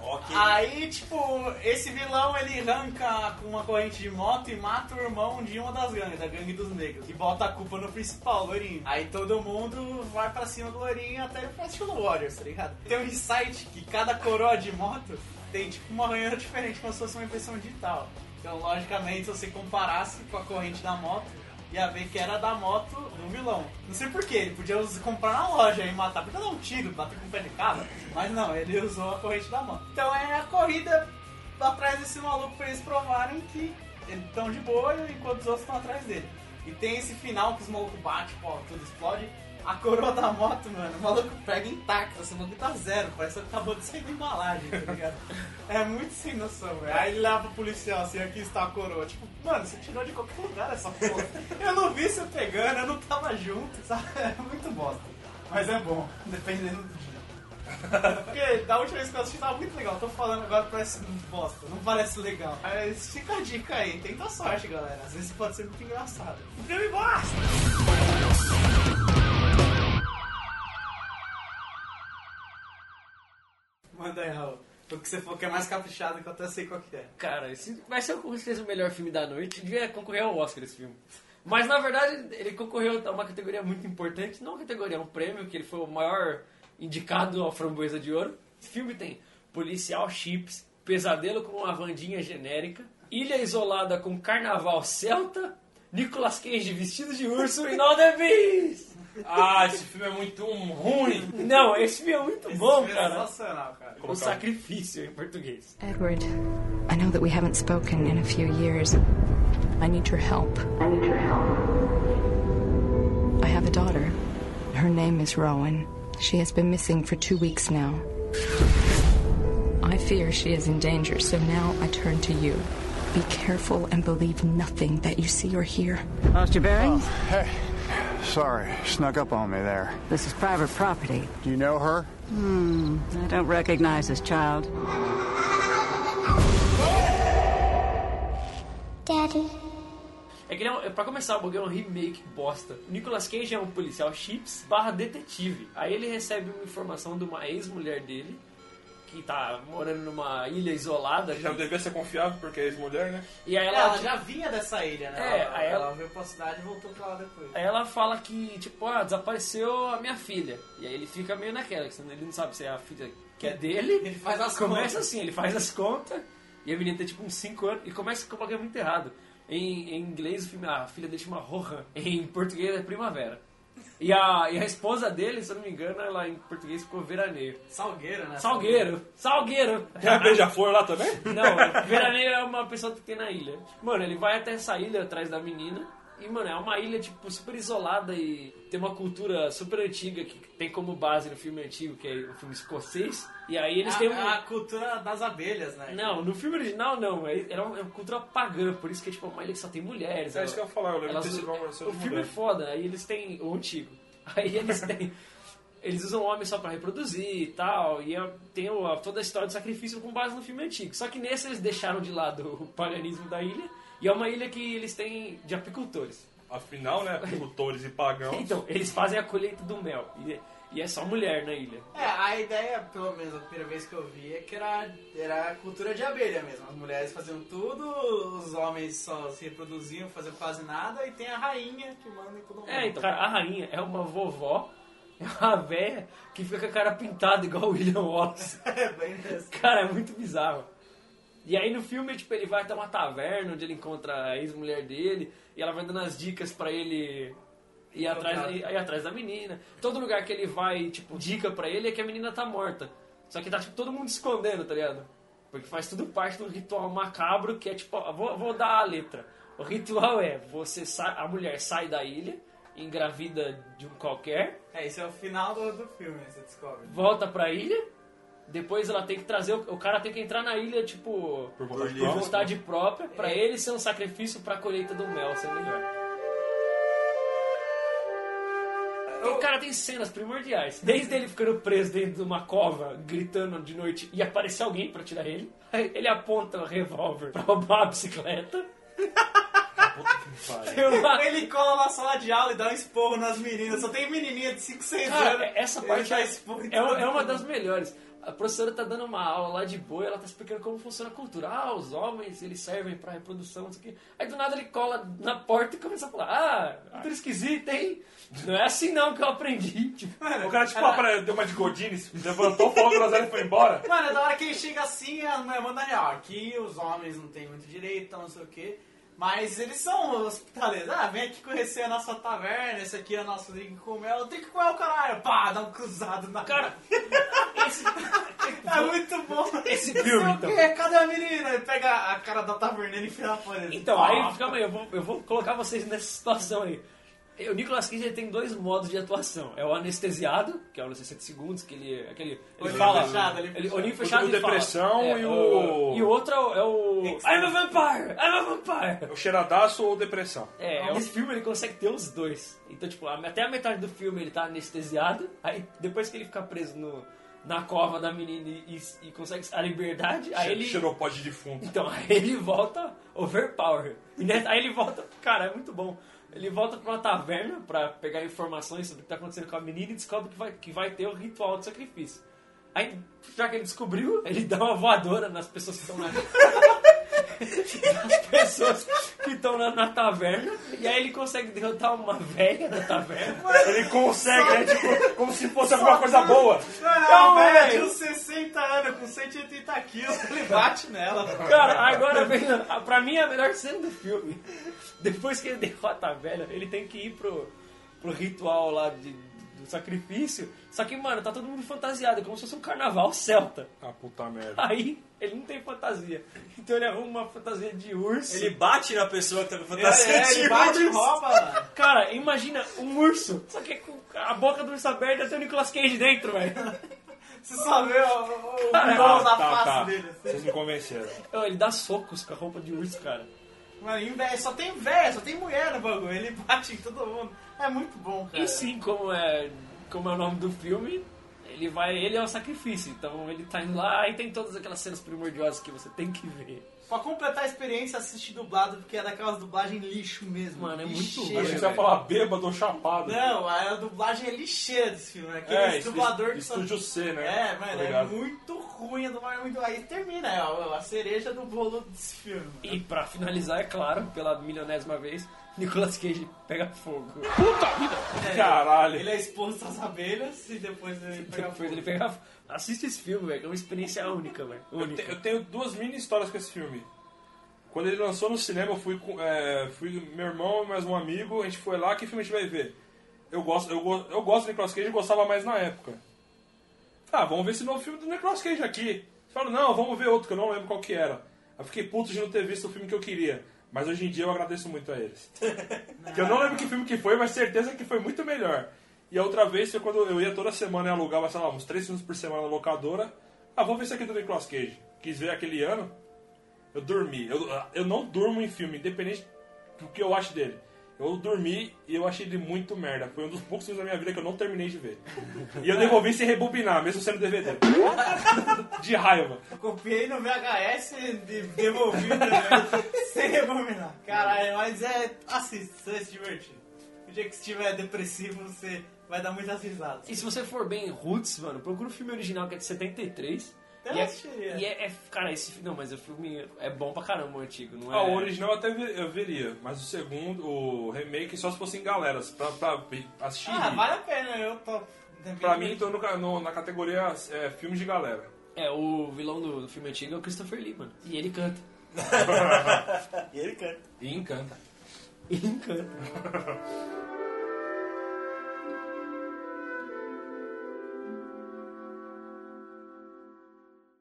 Ok.
Aí, tipo, esse vilão ele arranca com uma corrente de moto e mata o irmão de uma das gangues, da gangue dos negros. E bota a culpa no principal, Lourinho. Aí todo mundo vai pra cima do Lourinho até ele faz estilo Warriors, tá ligado? Tem um insight que cada coroa de moto tem, tipo, uma ranhura diferente, como se fosse uma impressão digital. Então, logicamente, se você comparasse com a corrente da moto, ia ver que era da moto no vilão. Não sei porquê, ele podia us- comprar na loja e matar, podia dar um tiro, bater com o pé de cabra, mas não, ele usou a corrente da moto. Então é a corrida atrás desse maluco pra eles provarem que eles estão de boa enquanto os outros estão atrás dele. E tem esse final que os malucos batem, pô, tudo explode. A coroa da moto, mano, o maluco pega intacta, esse maluco tá zero, parece que acabou de sair da embalagem, tá <laughs> ligado? É muito sem noção, velho. Aí ele leva pro policial assim, aqui está a coroa. Tipo, mano, você tirou de qualquer lugar essa porra. Eu não vi você pegando, eu não tava junto, sabe? É muito bosta. Mas é bom, dependendo do dia. Porque da última vez que eu assisti tava muito legal, tô falando agora parece um bosta, não parece legal. Mas fica a dica aí, tenta sorte, galera. Às vezes pode ser muito engraçado. O filme bosta! Manda aí, Raul. O que você falou que é mais caprichado que eu até sei qual que é.
Cara, esse vai ser com certeza o melhor filme da noite. Devia concorrer ao Oscar esse filme. Mas na verdade ele concorreu a uma categoria muito importante, não uma categoria, um prêmio, que ele foi o maior indicado à framboesa de ouro. Esse filme tem Policial Chips, Pesadelo com uma Vandinha Genérica, Ilha Isolada com Carnaval Celta, Nicolas Cage vestido de urso e All the Bees!
Ah, esse filme é muito ruim!
Não, esse filme é muito bom,
filme é
cara.
sensacional, cara.
O sacrifício em português.
Edward, I know that we haven't spoken in a few years. I need your help. I need your help. I have a daughter. Her name is Rowan. She has been missing for two weeks now. I fear she is in danger, so now I turn to you. Be careful and believe nothing that you see or hear.
Lost your bearings?
Hey, sorry, snuck up on me there.
This is private property.
Do you know her?
Hmm, I don't recognize this child.
Daddy.
É que ele é um, pra começar, o bagulho é um remake bosta. O Nicolas Cage é um policial chips barra detetive. Aí ele recebe uma informação de uma ex-mulher dele, que tá morando numa ilha isolada.
Já
que-
devia ser confiável porque é ex-mulher, né?
E aí
Ela,
ela,
já vinha dessa ilha, né?
É,
ela,
aí ela-
ela veio pra cidade e voltou pra lá depois.
aí ela fala que, tipo, ah, desapareceu a minha filha. E aí ele fica meio naquela, que senão ele não sabe se é a filha que é dele.
Ele faz as
Começa
contas.
assim, ele faz as contas, e a menina tem tipo uns 5 anos, e começa com o bagulho muito errado. Em, em inglês, o filme- a filha dele chama Rohan, em português é Primavera. E a, e a esposa dele, se eu não me engano, ela em português ficou veraneio.
Salgueiro, né?
Salgueiro! Salgueiro!
Tem
<laughs>
Ah.
a beija-flor lá também?
Não, veraneio é uma pessoa que tem na ilha. Mano, ele vai até essa ilha atrás da menina. E, mano, é uma ilha, tipo, super isolada e tem uma cultura super antiga que tem como base no filme antigo, que é o filme escocês. E aí eles
É a,
têm um.
a cultura das abelhas, né?
Não, no filme original não, é- era uma, é uma cultura pagã, por isso que é tipo uma ilha que só tem mulheres.
É isso que eu ia falar, eu lembro
elas
desse
usam-
nome, eu sou
O
de
filme é
mulher.
foda, aí eles têm o antigo. <laughs> Aí eles têm. Eles usam homem só pra reproduzir e tal, e é- tem o- a- toda a história do sacrifício com base no filme antigo. Só que nesse eles deixaram de lado o paganismo da ilha, e é uma ilha que eles têm de apicultores.
Afinal, né? Cultores e
<laughs>
pagãos.
Então, eles fazem a colheita do mel, e, e é só mulher na ilha.
É, a ideia, pelo menos a primeira vez que eu vi, é que era, era a cultura de abelha mesmo. As mulheres faziam tudo, os homens só se reproduziam, faziam quase nada, e tem a rainha que manda em todo mundo.
É, então, cara, a rainha é uma vovó, é uma véia que fica com a cara pintada igual o William Wallace.
<laughs> É bem dessa.
<laughs> Cara, é muito bizarro. E aí no filme, tipo, ele vai até uma taverna onde ele encontra a ex-mulher dele e ela vai dando as dicas pra ele ir atrás, ir, ir atrás da menina. Todo lugar que ele vai, tipo, dica pra ele é que a menina tá morta. Só que tá, tipo, todo mundo se escondendo, tá ligado? Porque faz tudo parte do ritual macabro que é, tipo, ó, vou, vou dar a letra. O ritual é, você sai, a mulher sai da ilha, engravida de um qualquer,
É, isso é o final do, do filme, você descobre.
volta pra ilha. Depois ela tem que trazer. O, o cara tem que entrar na ilha, tipo. Por
vontade própria.
vontade própria, pra ele ser um sacrifício pra colheita do mel ser melhor. O cara tem cenas primordiais. Desde ele ficando preso dentro de uma cova, gritando de noite e aparecer alguém pra tirar ele. Aí Ele aponta o revólver pra roubar a <laughs> bicicleta. Tem uma-
Ele cola na sala de aula e dá um esporro nas meninas. Só tem menininha de 5, 6 anos.
Cara, essa
ele
parte
dá
é,
esporro em
é
todo
uma- é uma
mundo.
das melhores. A professora tá dando uma aula lá de boa e ela tá explicando como funciona a cultura. Ah, os homens, eles servem pra reprodução, não sei o quê. Aí do nada ele cola na porta e começa a falar, ah, cultura esquisita, hein? Não é assim não que eu aprendi. Tipo,
O cara, tipo, lá pra- deu uma de Godines, levantou, falou que o Nazário foi embora.
Mano, da hora que ele chega assim, a mulher manda ali, ó, aqui os homens não têm muito direito, tal, não sei o quê. Mas eles são hospitaleiros. Ah, vem aqui conhecer a nossa taverna, esse aqui é o nosso drink com mel. Drink com mel, caralho! Pá, dá um cruzado na
Cara,
<laughs> É muito bom.
Esse
Não sei
filme,
o
então.
quê, Cadê a menina? Ele pega a cara da taverneira e enfia na parede.
Então,
Pá.
aí, calma aí, eu vou, eu vou colocar vocês nessa situação aí. O Nicolas Cage ele tem dois modos de atuação. É o anestesiado, que é o 60 segundos, que ele. Aquele, ele
Olhinho
fala.
fechado, olhinho
ele,
fechado.
olhinho fechado
O do
ele fala.
depressão
É,
e o-
E o outro é o- é o. I'm a vampire! I'm a vampire!
O cheiradaço ou depressão?
É, é
Então,
um filme ele consegue ter os dois. Então, tipo, a- até a metade do filme ele tá anestesiado, aí depois que ele fica preso no, na cova da menina e, e- e consegue a liberdade, aí ele.
Cheiropode de fundo.
Então, <laughs> aí ele volta overpower. E né, aí ele volta, cara, é muito bom. Ele volta pra uma taverna pra pegar informações sobre o que tá acontecendo com a menina e descobre que vai, que vai ter o ritual de sacrifício. Aí, já que ele descobriu, ele dá uma voadora nas pessoas que estão na... nas pessoas que estão na, na taverna. E aí ele consegue derrotar uma velha da taverna.
Ele consegue, né? Tipo, como se fosse alguma coisa boa. Então, é.
Não,
Não,
velho,
velho.
de uns 60 anos, com 180 quilos, ele bate nela.
Cara, agora vem. a- Pra mim é a melhor cena do filme. Depois que ele derrota a velha, ele tem que ir pro, pro ritual lá de, do sacrifício. Só que, mano, tá todo mundo fantasiado, é como se fosse um carnaval celta.
Ah, puta merda.
Aí ele não tem fantasia. Então ele arruma uma fantasia de urso.
Ele bate na pessoa que tá com fantasia
É,
de
ele bate e
urso.
rouba. Cara, imagina um urso, só que com a boca do urso aberta tem o Nicolas Cage dentro, velho.
Você só vê o- o- o
Cara,
bigode
tá, tá,
na face
tá.
dele. assim.
Vocês me convenceram.
Ele dá socos com a roupa de urso, cara.
Mano, e velho, só tem velho, só tem mulher no bagulho. Ele bate em todo mundo. É muito bom, cara.
E sim, como é, como é o nome do filme, ele vai, ele é o sacrifício. Então ele tá indo lá e tem todas aquelas cenas primordiosas que você tem que ver.
Pra completar a experiência, assistir dublado, porque é daquelas dublagens lixo mesmo.
Mano, é muito
lixeira.
Achei que você ia falar bêbado ou chapado.
Não, a dublagem é lixeira desse filme. né? Aquele
É, isso-
dublador que
Estúdio
só...
C, né?
É, mano, é
Obrigado.
muito ruim a dublagem. é Muito... Aí termina, é a, a cereja do bolo desse filme.
E pra finalizar, é claro, pela milionésima vez, Nicolas Cage pega fogo.
É,
Caralho.
Ele é exposto às abelhas e depois ele pega
Depois
fogo.
ele pega fogo. Assiste esse filme, velho, que é uma experiência única, velho.
Eu, te-
Única.
eu tenho duas mini histórias com esse filme. Quando ele lançou no cinema, eu fui com é, fui com meu irmão e mais um amigo, a gente foi lá, que filme a gente vai ver? Eu gosto, eu, go- eu gosto do Nicolas Cage, eu gostava mais na época. Ah, vamos ver esse novo filme do Nicolas Cage aqui. Falaram, não, vamos ver outro, que eu não lembro qual que era. Eu fiquei puto de não ter visto o filme que eu queria. Mas hoje em dia eu agradeço muito a eles. que eu não lembro que filme que foi, mas certeza que foi muito melhor. E a outra vez, eu, quando eu ia toda semana e alugava, sei lá, uns três filmes por semana na locadora. Ah, vou ver esse aqui do Nicolas Cage. Quis ver aquele ano. Eu dormi. Eu, eu não durmo em filme, independente do que eu acho dele. Eu dormi e eu achei ele muito merda. Foi um dos poucos filmes da minha vida que eu não terminei de ver. E eu devolvi sem rebobinar, mesmo sendo DVD. <laughs> De raiva.
Eu copiei no VHS e de- devolvi né? sem rebobinar. Caralho, mas é. Assiste, você vai se divertir. O dia que estiver depressivo, você vai dar muitas risadas.
E se você for bem roots, mano, procura o filme original que é de 73.
Eu
e é,
assistiria.
e é, é- Cara, esse filme. Não, mas o filme é bom pra caramba o antigo, não é?
Ah, o original até vi- eu veria, mas o segundo, o remake, só se fosse em galeras, pra, pra assistir.
Ah, vale a pena, eu tô.
Pra mim, tô no, ca- no- na categoria é, filmes de galera.
É, o vilão do, do filme antigo é o Christopher Lee, mano. E ele canta.
E ele canta.
E encanta.
Ele encanta.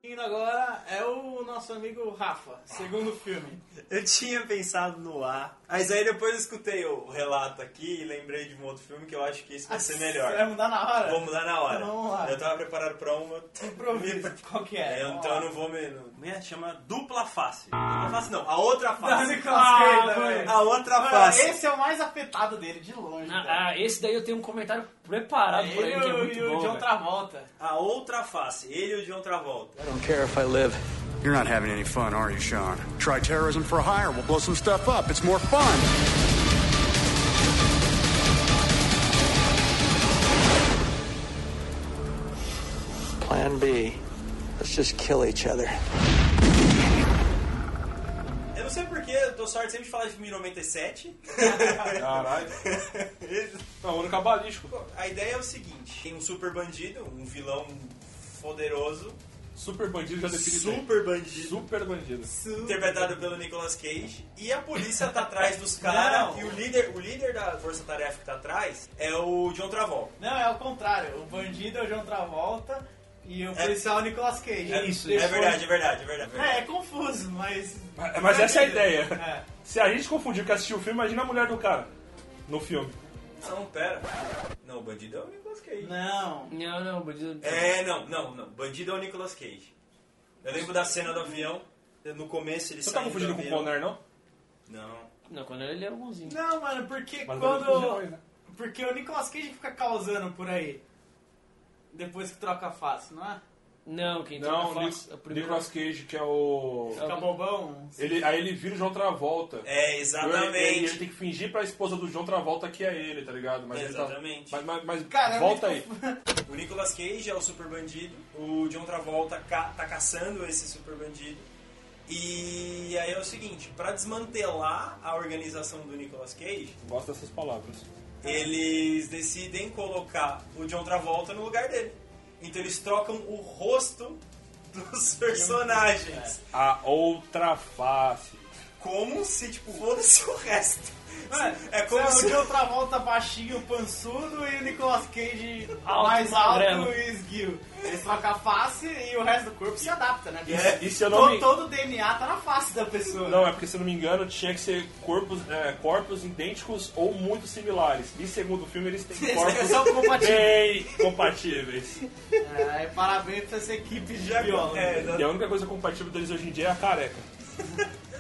Indo agora é o nosso amigo Rafa, segundo filme.
Eu tinha pensado no A, mas aí depois eu escutei o relato aqui e lembrei de um outro filme que eu acho que isso vai ser melhor.
Você vai mudar na hora?
Vou mudar na hora.
Então é vamos lá.
Eu tava preparado pra uma. <laughs>
Improviso, qual que é?
Eu- então eu não vou me. não- Me chama dupla face. Dupla face não, a outra
Não,
face.
Nicolas
Ah,
Cage,
mano,
velho.
a outra
Mano,
face.
Esse é o mais afetado dele, de longe. cara.
Ah, ah, esse daí eu tenho um comentário preparado por
Ele
ele, que é
e o-
muito
e o
bom.
John
velho.
Travolta.
A outra face. Ele ou de outra volta.
I don't care if I live.
You're not having any fun, are you, Sean? Try terrorism for hire. We'll blow some stuff up. It's more fun.
Plan B. Let's just kill each other.
Eu não sei porquê, eu dou sorte sempre de falar de
<laughs>
filme 97.
Caralho. Não, ano cabalístico.
A ideia é o seguinte: tem um super bandido, um vilão poderoso,
Super bandido já definido.
super bandido,
é Super bandido.
interpretado pelo Nicolas Cage, e a polícia tá atrás dos caras,
Não.
e o líder, o líder da Força Tarefa que tá atrás é o John Travolta.
Não, é o contrário. O bandido é o John Travolta e o policial é o Nicolas Cage.
É,
Isso,
é
isso.
verdade, é verdade, é verdade. é
É,
verdade.
é confuso, mas.
Mas, mas essa é a ideia.
É.
Se a gente confundiu que assistiu o filme, imagina a mulher do cara no filme.
Não, pera. Não, bandido é o Nicolas Cage.
Não.
Não, não, bandido.
É, não, não, não. Bandido é o Nicolas Cage. Eu lembro da cena do avião. No começo ele
Você tá
saindo do
confundindo com o
avião.
Conner, não?
Não.
Não, quando ele era bonzinho.
Não, mano, porque
Mas
quando.
também não fugiu, né?
Porque o Nicolas Cage fica causando por aí. Depois que troca a face, não é?
Não, quem troca
Não,
a
o
face.
Nic-
é o primeiro-
Nicolas Cage, que é o.
Fica bobão.
Ele, aí ele vira o João Travolta.
É,
E
exatamente.
Ele, ele tem que fingir pra esposa do João Travolta que é ele, tá ligado? Mas ele tá-
Exatamente.
mas, mas, mas
Cara, é
volta aí.
muito
O Nicolas Cage é o super bandido, o John Travolta ca tá caçando esse super bandido. E aí é o seguinte, pra desmantelar a organização do Nicolas Cage,
Gosto dessas palavras.
eles decidem colocar o John Travolta no lugar dele. Então eles trocam o rosto dos personagens.
A outra face.
Como se, tipo, foda-se o resto.
Mano,
É como
se
se...
o John Travolta baixinho, pançudo e o Nicolas Cage
Alto,
mais alto
branco.
e esguio. Eles trocam a face e o resto do corpo se adapta, né?
É, e se eu
To-
não me-
todo, o DNA tá na face da pessoa.
Não, é porque, se eu não me engano, tinha que ser corpos, é, corpos idênticos ou muito similares. E segundo o filme, eles têm corpos
são
bem compatíveis.
É, parabéns pra essa equipe de viola.
É,
E a única coisa compatível deles hoje em dia é a careca.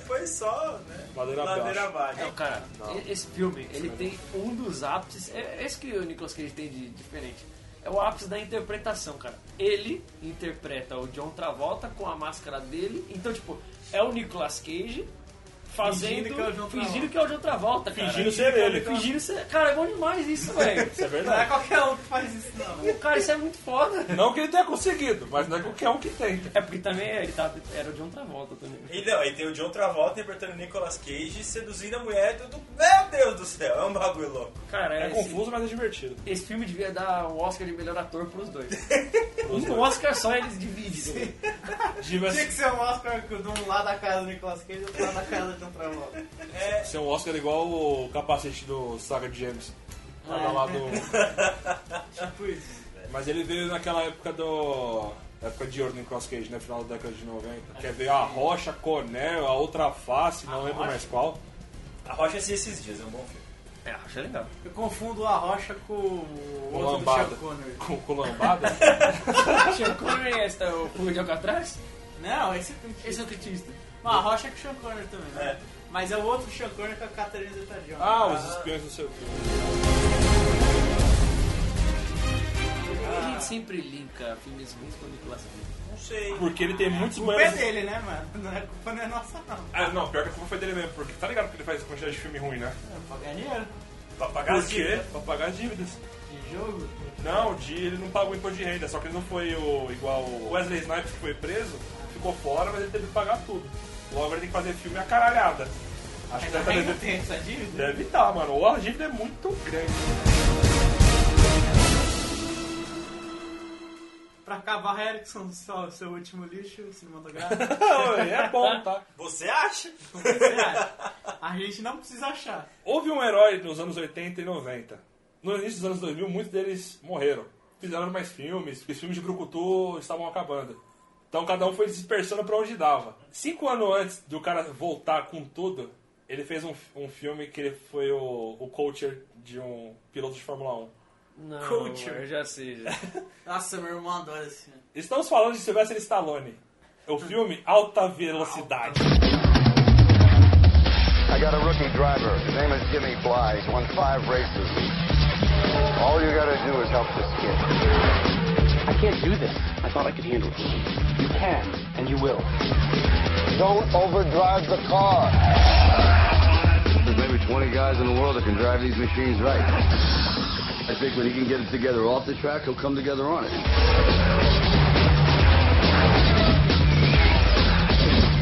foi só, né?
Ladeira,
Ladeira
abaixo.
abaixo.
Não, cara, e- esse filme, ele tem um dos ápices. É é isso que o Nicolas Cage tem de diferente. É o ápice da interpretação, cara. Ele interpreta o John Travolta com a máscara dele. Então, tipo, é o Nicolas Cage fazendo.
Fingindo que é o John
fingindo que é o John Travolta, cara.
Fingindo ser ele.
Fingindo ser. Cara, é bom demais isso, velho.
Isso é
Não é
verdade.
qualquer um que faz isso, não.
Cara, isso é muito foda.
Não que ele tenha conseguido, mas não é qualquer um que tenta.
É porque também ele tá, era o John Travolta também.
E não, aí tem o John Travolta interpretando o Nicolas Cage seduzindo a mulher do, do- Meu Deus do céu, é um bagulho louco.
Cara,
É
esse-
confuso, mas é divertido.
Esse filme devia dar um Oscar de melhor ator pros <laughs> dois. um Oscar só eles dividem. né?
Diva
Tinha que ser um Oscar que de um lado da casa do Nicolas Cage e outro lado da casa do John Travolta.
ser um Oscar igual o capacete do Saga de James. Cada lado.
Tipo isso.
Mas ele veio naquela época do. época de ouro no Cross Cage, né? Final da década de 90. Quer ver a Rocha, Cornel, a outra face, não lembro mais qual.
A Rocha se esses dias, é um bom filme.
É, achei legal.
Eu confundo a rocha com o
Com
outro do Sean
lambada.
Connery.
Com, com
<laughs>
lambada?
Sean Connery é esse, tá, o pulo de Alcatraz?
Não, esse é o Clint
Esse é o
Eastwood.
Clint Eastwood.
Não, a rocha é com o Sean Connery também, né?
É.
Mas é o outro Sean Connery com a Catherine Zeta-Jones.
ah, os espiões do seu filme.
A gente sempre linka filmes ruins com o Nicolas Cage.
Não sei.
Porque ele tem muitos
A culpa é
banhos.
dele, né, mano? Não é a culpa não é nossa, não.
Ah, não, pior que a culpa foi dele mesmo, porque tá ligado que ele faz quantidade de filme ruim, né?
É pra ganhar dinheiro.
Pra pagar
Por
as
quê?
dívidas.
Pra pagar as dívidas.
De jogo.
Não, de, ele não pagou imposto de renda, só que ele não foi o, igual o Wesley Snipes que foi preso, ficou fora, mas ele teve que pagar tudo. Logo ele tem que fazer filme a caralhada. Acho que deve tá
Ainda <laughs> bem que eu
devendo
tenho essa dívida.
Deve estar, mano. O a dívida é muito grande.
Pra acabar, Erickson, só o seu último lixo cinematográfico. <laughs>
é bom, tá?
Você acha?
é. Será? a gente não precisa achar.
Houve um herói nos anos 80 e 90. No início dos anos 2000, muitos deles morreram. Fizeram mais filmes, porque os filmes de Brucutu estavam acabando. Então cada um foi se dispersando pra onde dava. Cinco anos antes do cara voltar com tudo, ele fez um, um filme que ele foi o, o coacher de um piloto de Fórmula 1.
Não, é.
Coach.
eu já sei. Já.
Nossa, meu irmão adora esse filme.
Estamos falando de Sylvester Stallone. O filme Alta Velocidade.
I got a rookie driver. His name is Jimmy Bly. He's won five races. All you gotta do is help this kid. I can't do this. I thought I could handle it. You can, and you will. Don't overdrive the car. There's maybe 20 guys in the world that can drive these machines right. I think when he can get it together off the track, he'll come together on it.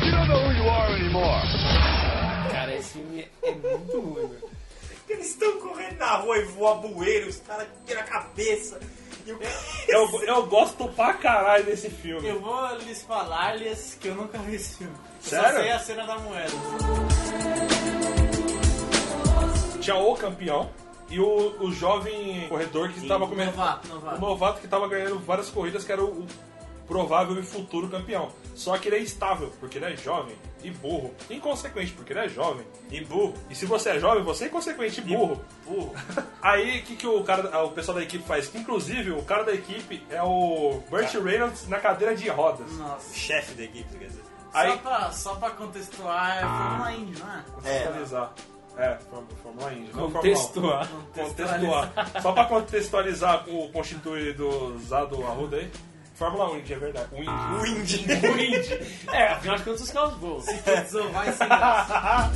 You don't know who you are anymore.
Cara, esse filme é muito ruim, velho.
Eles estão correndo na rua e voam bueiro, os caras tiram a cabeça. E o
Eu, eu gosto pra caralho desse filme.
Eu vou lhes falar lhes que eu nunca vi esse filme. Eu Só
Sério?
sei a cena da moeda.
tinha o campeão e o, o jovem corredor que estava começando.
Novato,
O
novato.
novato que estava ganhando várias corridas, que era o, o provável e futuro campeão. Só que ele é instável, porque ele é jovem e burro. Inconsequente, porque ele é jovem e burro. E se você é jovem, você é inconsequente e burro. burro. <laughs> Aí, o que, que o, cara, o pessoal da equipe faz? Que, inclusive, o cara da equipe é o Burt Reynolds na cadeira de rodas.
Nossa.
Chefe da equipe, quer dizer.
Só,
Aí-
pra, só pra contextualizar, é Fórmula Indy, não é?
Contextualizar. É, Fórmula- Fórmula Indy. não
Contextuar.
Fórmula 1. Contextuar. Só pra contextualizar o constituído Zado Arruda aí. Fórmula 1 Indy, é verdade. O Indy.
Um
O <laughs> Indy. O Indy.
É, afinal de contas os carros voam.
Vai sem graça.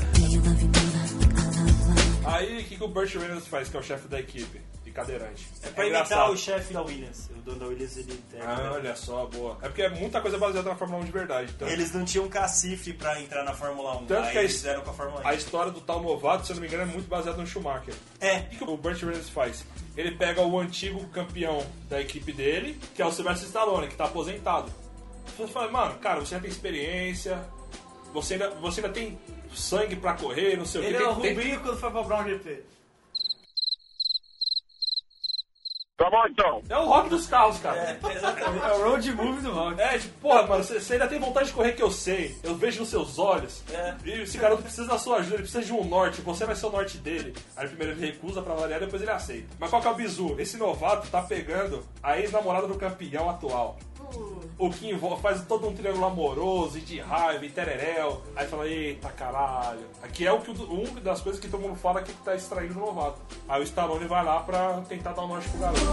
Aí, o que, que o Burt Reynolds faz, que é o chefe da equipe? De cadeirante.
É pra imitar
engraçado.
o chefe da Williams. O dono da Williams, ele tem...
né?
Ah, olha só, boa. É porque é muita coisa baseada na Fórmula 1 de verdade. Então...
Eles não tinham cacife pra entrar na Fórmula 1.
Tanto
aí
que a,
eles
his-
fizeram com a Fórmula 1.
a história do tal novato, se eu não me engano, é muito baseada no Schumacher. É. O que que o Burt Reynolds faz? Ele pega o antigo campeão da equipe dele, que é o Sylvester Stallone, que tá aposentado. Você fala, mano, cara, você já tem experiência, você ainda, você ainda tem sangue pra correr, não sei
Ele
o que.
é o
tem-
Rubinho quando foi pra Brown GP.
Tá bom então. É o rock dos carros, cara. É,
É o road movie do rock.
É, tipo, porra, mano, você você ainda tem vontade de correr que eu sei. Eu vejo nos seus olhos. E esse garoto precisa da sua ajuda, ele precisa de um norte. Você vai ser o norte dele. Aí primeiro ele recusa pra variar, depois ele aceita. Mas qual que é o bizu? Esse novato tá pegando a ex-namorada do campeão atual. O que envolve, faz todo um triângulo amoroso e de raiva e tereréu. Aí fala, eita caralho. Aqui é o que o- um das coisas que todo mundo fala que tá extraindo o novato. Aí o Stallone vai lá pra tentar dar um norte pro garoto.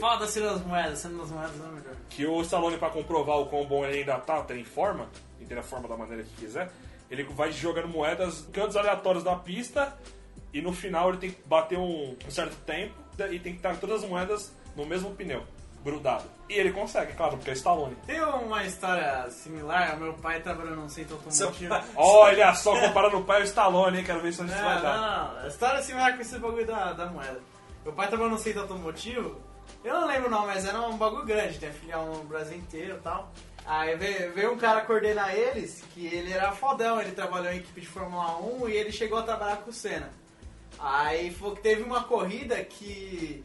Fala da Cena das Moedas, Cena das Moedas é o melhor.
que o Stallone, pra comprovar o quão bom ele ainda tá, tá em forma, entenda a forma da maneira que quiser, ele vai jogando moedas em cantos aleatórios da pista e no final ele tem que bater um, um certo tempo e tem que estar todas as moedas no mesmo pneu, grudado. E ele consegue, claro, porque é Stallone.
Tem uma história similar, meu pai trabalhou num centro automotivo.
Olha é só, comparando o pai e o Stallone, hein? Quero ver se isso vai
Não,
dar.
não, não. História similar com esse bagulho da, da moeda. Meu pai trabalhou no centro automotivo. Eu não lembro não, mas era um bagulho grande, tem filial no Brasil inteiro e tal. Aí veio, veio um cara coordenar eles, que ele era fodão, ele trabalhou em equipe de Fórmula 1 e ele chegou a trabalhar com o Senna. Aí foi que teve uma corrida que,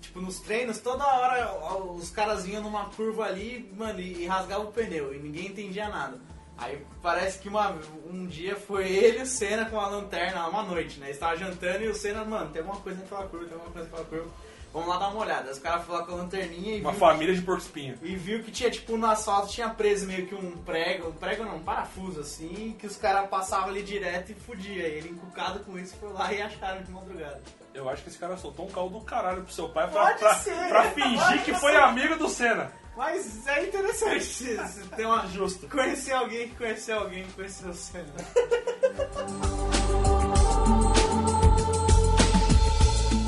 tipo, nos treinos, toda hora ó, os caras vinham numa curva ali, mano, e e rasgavam o pneu, e ninguém entendia nada. Aí parece que uma, um dia foi ele e o Senna com a lanterna, uma noite, né? Estava jantando e o Senna, mano, tem alguma coisa naquela curva, tem alguma coisa naquela curva. Vamos lá dar uma olhada. Aí Os caras foram lá com a lanterninha e
Uma
viu-
família de porco espinho.
e viu que tinha, tipo, no asfalto tinha preso meio que um prego, um prego não, um parafuso, assim, que os caras passavam ali direto e fudia. E ele, encucado com isso, foi lá e acharam de madrugada.
Eu acho que esse cara soltou um caldo do caralho pro seu pai pra,
Pode
pra,
ser.
pra fingir
Pode
que
ser.
foi amigo do Senna.
Mas é interessante se- se ter um ajuste. Conhecer alguém que conheceu alguém que conheceu né? o Senna.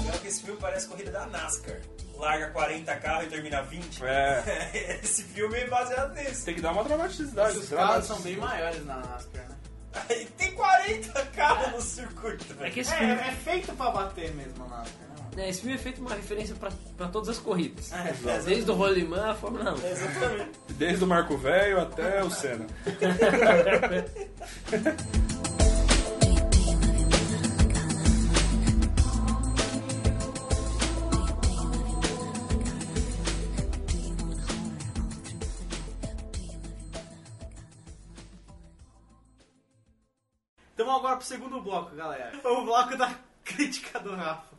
Pior que esse filme parece corrida da NASCAR. Larga 40 carros e termina 20.
<laughs>
É.
esse filme é baseado nisso.
Tem que dar uma dramaticidade.
Os carros são bem maiores na NASCAR, né?
Aí tem 40 carros no circuito.
É que
<laughs>
esse
É,
filme-
é feito pra bater mesmo a NASCAR, né?
É, esse filme é feito uma referência pra, pra todas as corridas. Né,
É, exato.
Desde o Rolimã à Fórmula 1.
Exatamente.
Desde o Marco Velho até o Senna.
Então vamos agora pro segundo bloco, galera. É O bloco da <laughs> crítica do Rafa.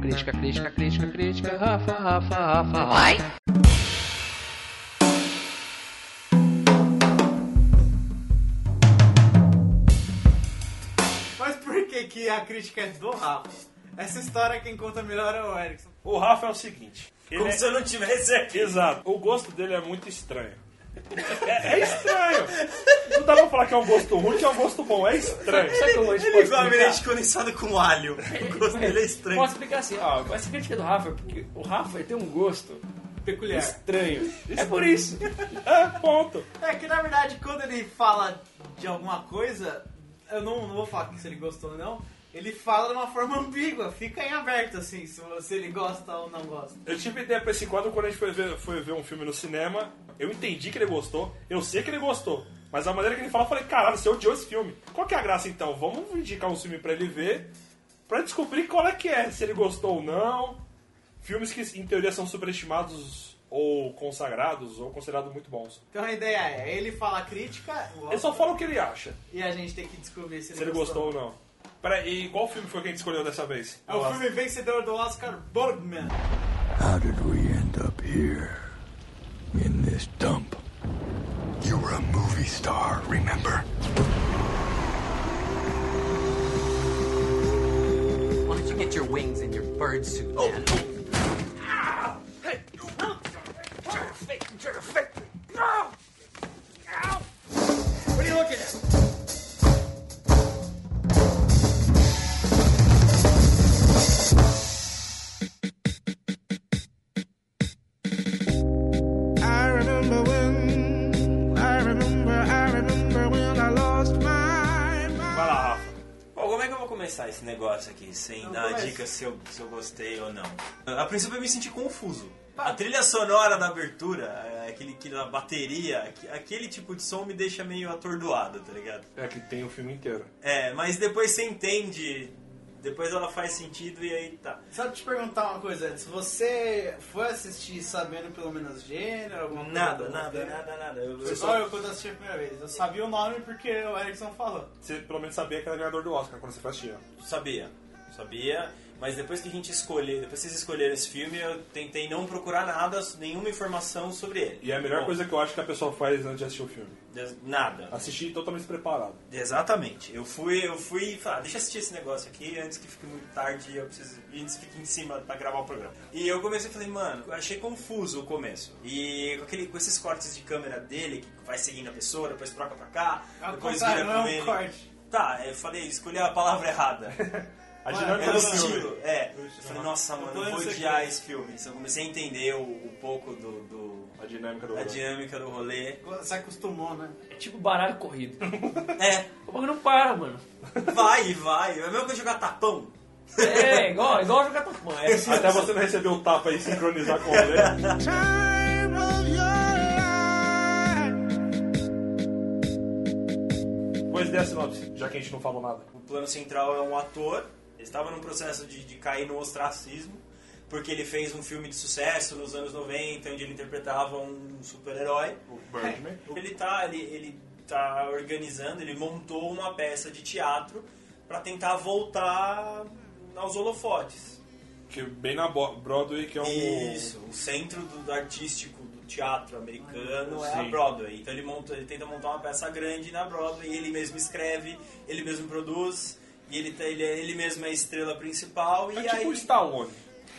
Crítica, crítica, crítica, crítica, Rafa, Rafa, Rafa.
Vai. Mas por que, que a crítica é do Rafa? Essa história quem conta melhor é o Erickson.
O Rafa é o seguinte. é
Como se eu não tivesse
é-
aqui.
Exato. O gosto dele é muito estranho. É, é estranho. Não dá pra falar que é um gosto ruim, que é um gosto bom. É estranho.
Sabe como a gente pode explicar?
condensado com alho. O gosto dele é estranho.
Posso explicar assim, ó, essa crítica do Rafa é porque o Rafa ele tem um gosto
peculiar.
Estranho. É por isso.
É, ponto.
É que na verdade quando ele fala de alguma coisa, eu não, não vou falar se ele gostou ou não, ele fala de uma forma <laughs> ambígua, fica em aberto assim, se, se ele gosta ou não gosta.
Eu tive ideia pra esse quadro quando a gente foi ver, foi ver um filme no cinema. Eu entendi que ele gostou, eu sei que ele gostou. Mas a maneira que ele falou, eu falei, caralho, você odiou esse filme. Qual que é a graça então? Vamos indicar um filme pra ele ver, pra descobrir qual é que é, se ele gostou ou não. filmes que em teoria são superestimados ou consagrados ou considerados muito bons.
Então a ideia é, ele fala a crítica, o
Ele só fala o que ele acha,
e a gente tem que descobrir se,
se ele gostou ou não. Peraí, e qual filme foi que a gente escolheu dessa vez?
É o filme vencedor do Oscar Borgman.
How did we end up here? In this dump? You were a movie star, remember?
Why don't you get your wings and your bird suit, man?
What are you looking at?
I remember when, I remember, I remember when I lost my mind.
Vai lá, Rafa. Bom, como é que eu vou começar esse negócio aqui sem
Não,
dar uma
começa.
dica se eu, se eu gostei ou não? A princípio eu me senti confuso. A trilha sonora da abertura, é, aquele, aquela bateria, aque- aquele tipo de som me deixa meio atordoado, tá ligado?
É que tem o filme inteiro.
É, mas depois você entende, depois ela faz sentido e aí tá.
Só te perguntar uma coisa antes. Você foi assistir sabendo pelo menos gênero? Alguma coisa
Nada,
do
nada,
roteiro?
nada, nada. Eu,
Você
eu
só eu quando assisti a primeira vez. Eu sabia o nome porque o Erickson falou.
Você pelo menos sabia que era ganhador do Oscar quando você foi assistir. né?
Sabia, sabia. Mas depois que a gente escolher, depois que vocês escolheram esse filme, eu tentei não procurar nada, nenhuma informação sobre ele.
E é a melhor
Bom,
coisa que eu acho que a pessoa faz antes de assistir o filme.
des- Nada.
Assistir totalmente preparado.
Exatamente. Eu fui, eu fui, falar, deixa eu assistir esse negócio aqui antes que fique muito tarde e eu preciso, antes que fique em cima pra gravar o programa. E eu comecei a falar, mano, eu achei confuso o começo. E com, aquele, com esses cortes de câmera dele, que vai seguindo a pessoa, depois troca pra cá,
Ao
depois
contrário,
vira
não é
com
um
ele.
corte.
Tá, eu falei, escolhi a palavra
<laughs>
errada.
A
Era
dinâmica
É o
do filme.
estilo, é. Eu falei, nossa,
Eu
mano,
tô
eu vou
nesse
odiar
aqui.
esse filme. Então eu comecei a entender o, um pouco do, do-
A dinâmica do
da
filme.
É dinâmica do rolê.
Você acostumou, né?
É tipo baralho corrido.
É,
O bagulho não para, mano.
vai, vai. É mesmo que eu jogar tapão.
É, igual, igual jogar Pokémon. É,
Até você não receber o tapa e sincronizar com o rolê.
Time of your life.
Pois dê a sinopse, já que a gente não falou nada.
O plano central é um ator. Ele estava num processo de, de cair no ostracismo, porque ele fez um filme de sucesso nos anos 90, onde ele interpretava um super-herói.
O Birdman.
Ele tá, ele, ele tá organizando, ele montou uma peça de teatro para tentar voltar aos holofotes.
Que bem na Bo- Broadway, que é um.
Isso, o centro do, do artístico do teatro americano é a
Sim.
Broadway. Então ele, monta, ele tenta montar uma peça grande na Broadway, ele mesmo escreve, ele mesmo produz, e ele, tá- ele, é- ele mesmo é a estrela principal.
É
e,
tipo
aí,
Stallone.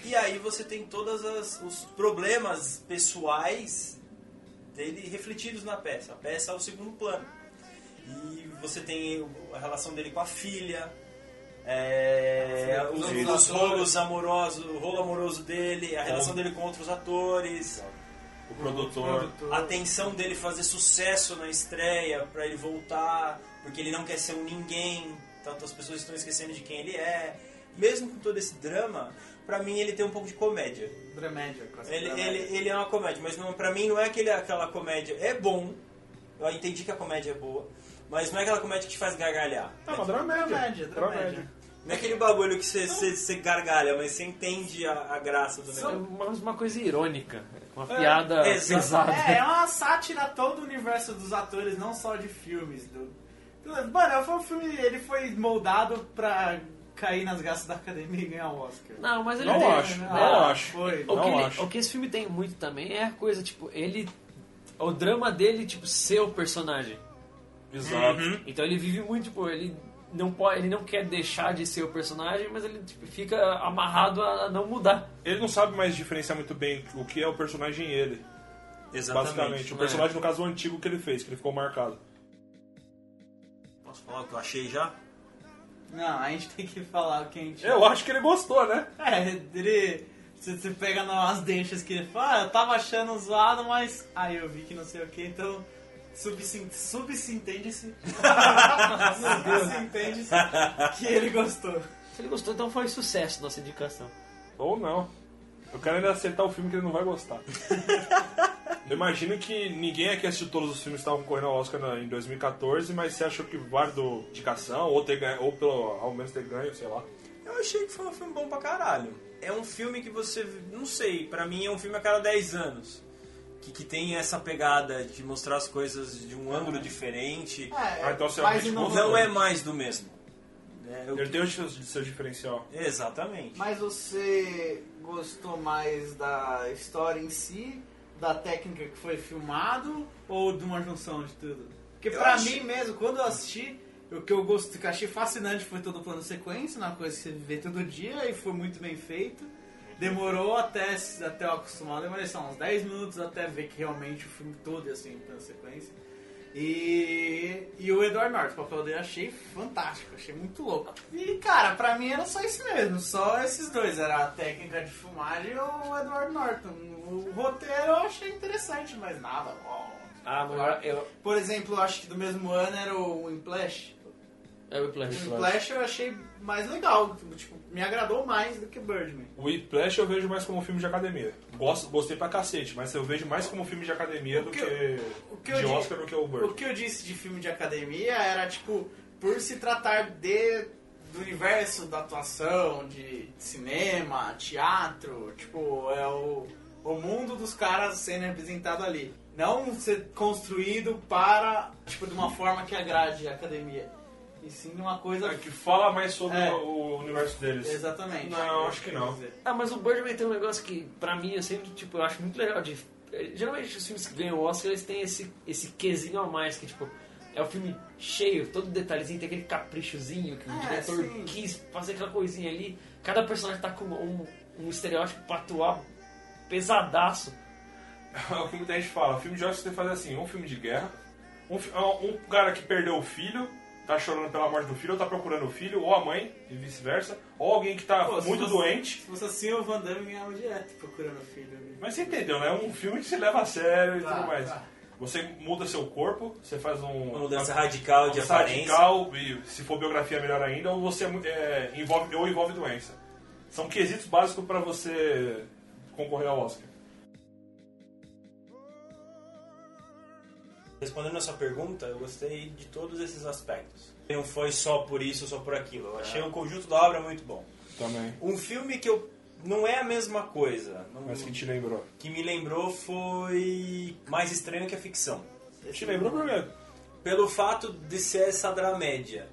e aí você tem todos os problemas pessoais dele refletidos na peça. A peça é o segundo plano. E você tem o- a relação dele com a filha, é,
Sim,
os,
sim.
os rolos amorosos, o rolo amoroso dele, a relação dele com outros atores,
O produtor.
a tensão dele fazer sucesso na estreia pra ele voltar, porque ele não quer ser um ninguém, tanto as pessoas estão esquecendo de quem ele é. Mesmo com todo esse drama, pra mim ele tem um pouco de comédia.
Dramédia. quase
Ele,
dramédia.
ele, ele é uma comédia, mas não, pra mim não é aquele, aquela comédia. É bom, eu entendi que a comédia é boa, mas não é aquela comédia que te faz gargalhar.
É uma dramédia.
Dramédia,
Dramédia.
dramédia.
Não é aquele bagulho que você- você você gargalha, mas você entende a, a graça do
É
negócio.
uma, uma coisa irônica. Uma piada
é, exato.
pesada.
É, é uma sátira a todo o universo dos atores, não só de filmes. Do... Mano, foi um filme, ele foi moldado pra cair nas graças da academia e ganhar o Oscar.
Não, mas ele
Não
tem,
acho,
né?
não acho.
Foi.
O que,
Não
ele-
acho.
o que esse filme tem muito também é a coisa, tipo, ele. O drama dele, tipo, ser o personagem.
Exato.
Então ele vive muito, tipo, ele não pode. Ele não quer deixar de ser o personagem, mas ele tipo, fica amarrado a não mudar.
Ele não sabe mais diferenciar muito bem o que é o personagem e ele.
né?
Basicamente. O personagem, no caso, o antigo que ele fez, que ele ficou marcado.
Posso falar o que eu achei já?
Não, a gente tem que falar o que a gente.
Eu acho que ele gostou, né?
É, ele. Você você pega nas deixas que ele fala, ah, eu tava achando zoado, mas. Aí eu vi que não sei o que, então.
<laughs>
subsin- Subsintende-se. Subsintende-se que ele gostou.
Se ele gostou, então foi sucesso nossa indicação.
Ou não. Eu quero ainda acertar o filme que ele não vai
<laughs>
gostar. Eu imagino que ninguém aqui assistiu todos os filmes que estavam correndo ao Oscar na- em 2014, mas você achou que válido indicação, ou, ter ganho, ou pelo, ao menos ter ganho, sei lá.
Eu achei que foi um filme bom pra caralho. É um filme que você. Não sei, pra mim é um filme a cada 10 anos. Que, que tem essa pegada de mostrar as coisas de um ângulo diferente.
Ah, então você realmente
não,
gostou.
é mais do mesmo. É, eu-
Ele tem o seu, seu diferencial.
Exatamente.
Mas você gostou mais da história em si, da técnica que foi filmado, ou de uma junção de tudo? Porque
Eu
pra
acho-
mim mesmo, quando eu assisti, o que eu gostei, que eu achei fascinante foi todo o plano sequência, uma coisa que você vê todo dia e foi muito bem feito. Demorou até, até eu acostumar, demorei só uns 10 minutos até ver que realmente o filme todo é assim, plano sequência. E, e o Edward Norton, o papel dele eu achei fantástico, achei muito louco. E cara, pra mim era só isso mesmo, só esses dois, era a técnica de filmagem e o Edward Norton. O roteiro eu achei interessante, mas nada. ó.
Ah, agora eu.
Por exemplo, eu acho que do mesmo ano era o Implash.
É o Whiplash.
O Implash eu achei mais legal, tipo, me agradou mais do que Birdman.
O Whiplash eu vejo mais como um filme de academia. Gosto, gostei pra cacete, mas eu vejo mais como um filme de academia do que,
eu
de
di-
Oscar do que o Bird.
O que eu disse de filme de academia era, tipo, por se tratar de do universo da atuação, de cinema, teatro, tipo, é o, o mundo dos caras sendo representado ali. Não ser construído para, tipo, de uma forma que agrade a academia. E sim de uma coisa...
É, que fala mais sobre
É.
o, o universo deles.
Exatamente.
Não, acho que não.
Ah, mas o Birdman tem um negócio que, pra mim, eu sempre, tipo, eu acho muito legal de... eh, Geralmente os filmes que ganham o Oscar, eles têm esse, esse quezinho a mais, que, tipo, é o filme cheio, todo detalhezinho, tem aquele caprichozinho que o
É,
diretor
sim.
quis fazer aquela coisinha ali. Cada personagem tá com um, um estereótipo pra atuar pesadaço.
É o que muita gente fala. Filme de Oscar você tem que fazer assim, um filme de guerra, um, fi- um cara que perdeu o filho, tá chorando pela morte do filho, ou tá procurando o filho, ou a mãe, e vice-versa, ou alguém que tá
Pô, se
muito
fosse-
doente.
Se fosse assim, o Van Damme ganhava direto procurando o filho. ali.
Mas você entendeu, né? É um filme que se leva a sério e
Tá,
tudo mais.
tá.
Você muda seu corpo, você faz um...
Uma mudança radical de
mudança
aparência.
radical, e se for biografia melhor ainda, ou você é, envolve, ou envolve doença. São quesitos básicos pra você concorrer ao Oscar.
Respondendo a sua pergunta, eu gostei de todos esses aspectos. Não foi só por isso, só por aquilo. Eu
É.
achei o conjunto da obra muito bom.
Também.
Um filme que eu não é a mesma coisa. Não,
Mas que te lembrou?
que me lembrou foi mais estranho que a ficção. Tipo,
Te lembrou por quê?
Pelo fato de ser essa dramédia.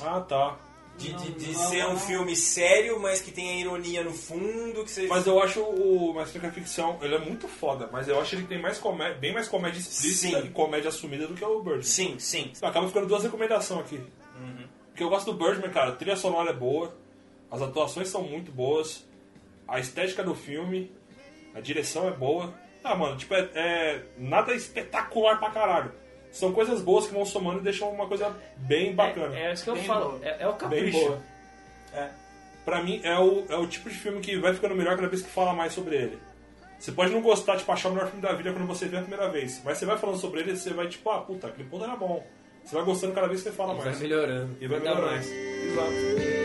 Ah, tá.
De, de- de
Não,
ser um
não.
filme sério, mas que tem a ironia no fundo. Que você...
Mas eu acho o Mestre da Ficção, ele é muito foda, mas eu acho que ele tem mais comé- bem mais comédia explícita e comédia assumida do que o Birdman.
Sim, sim.
Acaba ficando duas recomendações aqui. Porque eu gosto do Birdman, cara. A trilha sonora é boa, as atuações são muito boas, a estética do filme, a direção é boa. Ah, mano, tipo, é, é nada espetacular pra caralho. São coisas boas que vão somando e deixam uma coisa bem bacana.
É, é isso que eu
Bem
falo,
boa.
é, é o
Bem
capricho.
boa. É. Pra mim, é o, é o tipo de filme que vai ficando melhor cada vez que fala mais sobre ele. Você pode não gostar, tipo, achar o melhor filme da vida quando você vê a primeira vez. Mas você vai falando sobre ele e você vai, tipo, ah, puta, aquele ponto era bom. Você vai gostando cada vez que você fala mais.
Vai melhorando.
E vai
Ainda
melhorando.
mais.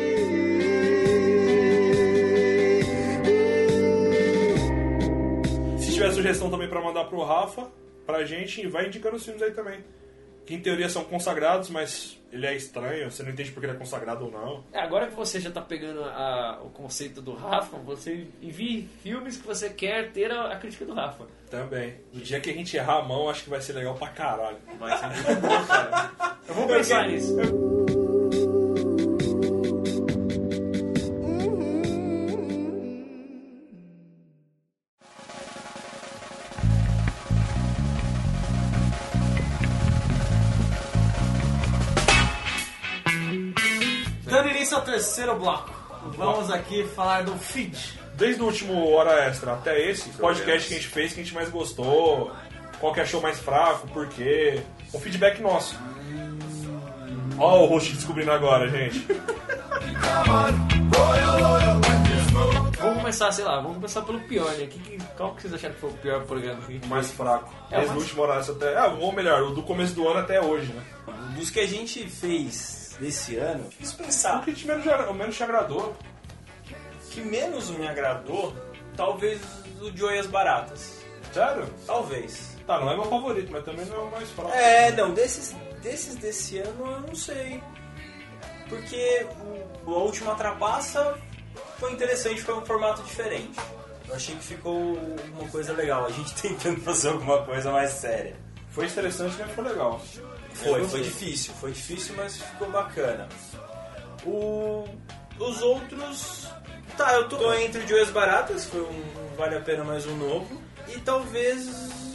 Se tiver sugestão também pra mandar pro Rafa, pra gente, vai indicando os filmes aí também. Que em teoria são consagrados, mas ele é estranho, você não entende porque ele é consagrado ou não.
É, Agora que você já tá pegando a- o conceito do Rafa, você envie filmes que você quer ter a, a crítica do Rafa.
Também. No dia que a gente errar a mão, acho que vai ser legal pra caralho.
Vai ser muito bom, cara.
Eu vou pensar nisso.
Dando início ao terceiro bloco, vamos aqui falar do feed.
Desde o último Hora Extra até esse, podcast que a gente fez, que a gente mais gostou, qual que achou mais fraco, por quê. Um feedback nosso. Ó o host descobrindo agora, gente.
Vamos começar, sei lá, vamos começar pelo pior, né? Que, que- qual que vocês acharam que foi o pior programa? que a gente
O <laughs> mais fraco.
É,
Desde
mas-
o último Hora Extra até... Ah, ou melhor, o do começo do ano até hoje, né?
Dos que a gente fez desse ano, fiz
É O
pensar
que te menos, o menos te agradou.
que menos me agradou, talvez o de Joias Baratas.
Sério?
Talvez.
Tá, não é meu favorito, mas também não é o mais fraco.
É, não, desses, desses desse ano eu não sei. porque o, a última trapaça foi interessante, foi um formato diferente. Eu achei que ficou uma coisa legal, a gente <laughs> tentando fazer alguma coisa mais séria.
Foi interessante, mas ficou legal.
Foi, foi difícil, foi difícil, mas ficou bacana. O, os outros. Tá, eu tô entre Joias Baratas, foi um Vale a Pena mais um novo. E talvez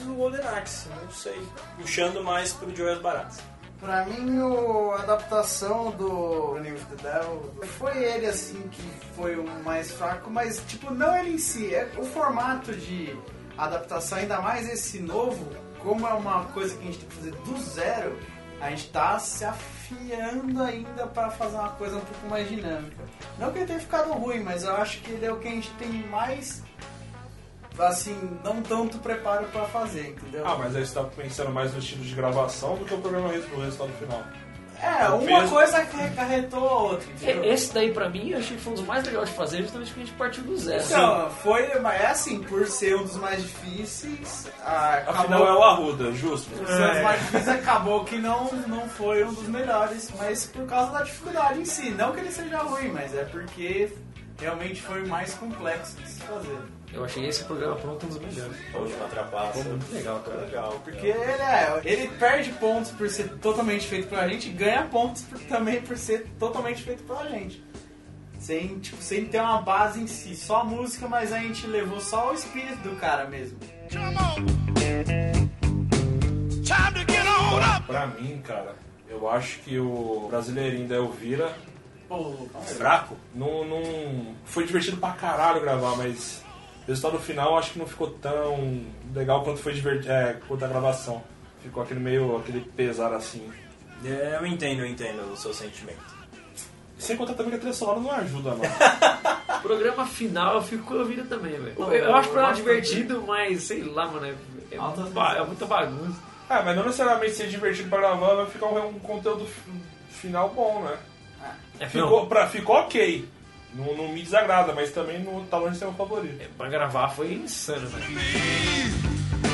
o Golden Axe, não sei. Puxando mais pro Joias Baratas.
Pra mim, o- a adaptação do Name of the Devil foi ele assim que foi o mais fraco, mas tipo, não ele em si, é o formato de adaptação, ainda mais esse novo, como é uma coisa que a gente tem que fazer do zero, a gente tá se afiando ainda pra fazer uma coisa um pouco mais dinâmica. Não que ele tenha ficado ruim, mas eu acho que ele é o que a gente tem mais assim, não tanto preparo pra fazer, entendeu?
Ah, mas aí você tá pensando mais no estilo de gravação do que o programa res- o resultado final.
É,
O
uma
peso-
coisa que acarretou a outra, entendeu?
E- É, Esse daí pra mim eu achei que foi um dos mais legais de fazer, justamente porque a gente partiu do zero.
Assim,
Então, foi, mas é assim, por ser um dos mais difíceis, ah,
Afinal
acabou,
é o É. Arruda, justo.
por ser um dos mais difíceis, acabou que não, não foi um dos melhores, mas por causa da dificuldade em si. Não que ele seja ruim, mas é porque realmente foi o mais complexo de se fazer.
Eu achei esse programa pronto um dos melhores.
A última trapaça.
Foi muito legal, cara.
Legal,
Porque ele, é, ele perde pontos por ser totalmente feito pra gente, e ganha pontos por- também por ser totalmente feito pra gente. Sem, tipo, sem ter uma base em si, só a música, mas a gente levou só o espírito do cara mesmo.
Time to get on up! Pra mim, cara, eu acho que o brasileirinho da Elvira
É
fraco. Não, não- Foi divertido pra caralho gravar, mas o resultado final acho que não ficou tão legal quanto foi divertido, quanto a gravação. Ficou aquele meio, aquele pesar assim.
É, eu entendo, eu entendo o seu sentimento.
Sem contar também que a trilha sonora não ajuda, mano.
O programa final eu fico ouvindo também, velho. Eu,
eu
eu acho o programa
gosto
divertido, mas sei lá, mano. É, é, muito ba- é muita bagunça.
<laughs> Ah, mas não necessariamente ser divertido pra gravar vai ficar um, um conteúdo f- final bom, né?
É,
ficou, pra, ficou ok. Não, não me desagrada, mas também não tá longe de ser meu favorito.
Pra gravar foi insano, velho.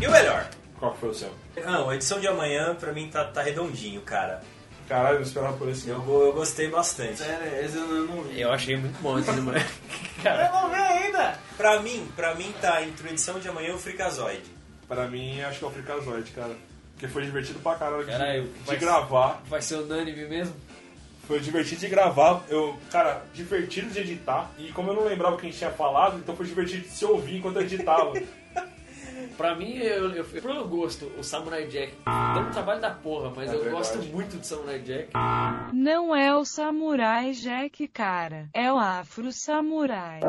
E o melhor? Ah,
Qual foi o seu?
Não, a edição de amanhã pra mim tá, tá redondinho, cara.
Caralho, eu esperava por esse.
Eu, go- eu gostei bastante.
Sério, Né, esse eu não vi.
Eu achei muito bom esse <laughs> mano.
Eu não vi ainda!
Pra mim, pra mim tá entre a edição de amanhã e o Frikazoid.
Pra mim, acho que é o Frikazoid, cara. Porque foi divertido pra caralho de,
Caralho,
de
vai-
gravar.
Vai ser unânime mesmo?
Foi divertido de gravar. Eu, cara, divertido de editar. E como eu não lembrava o que a gente tinha falado, então foi divertido de se ouvir enquanto eu
<laughs>
editava.
Pra mim, eu, eu, por eu gosto, o Samurai Jack. Dá um trabalho da porra, mas
É
eu
verdade.
gosto muito de Samurai Jack.
Não é o Samurai Jack, cara. É o Afro Samurai.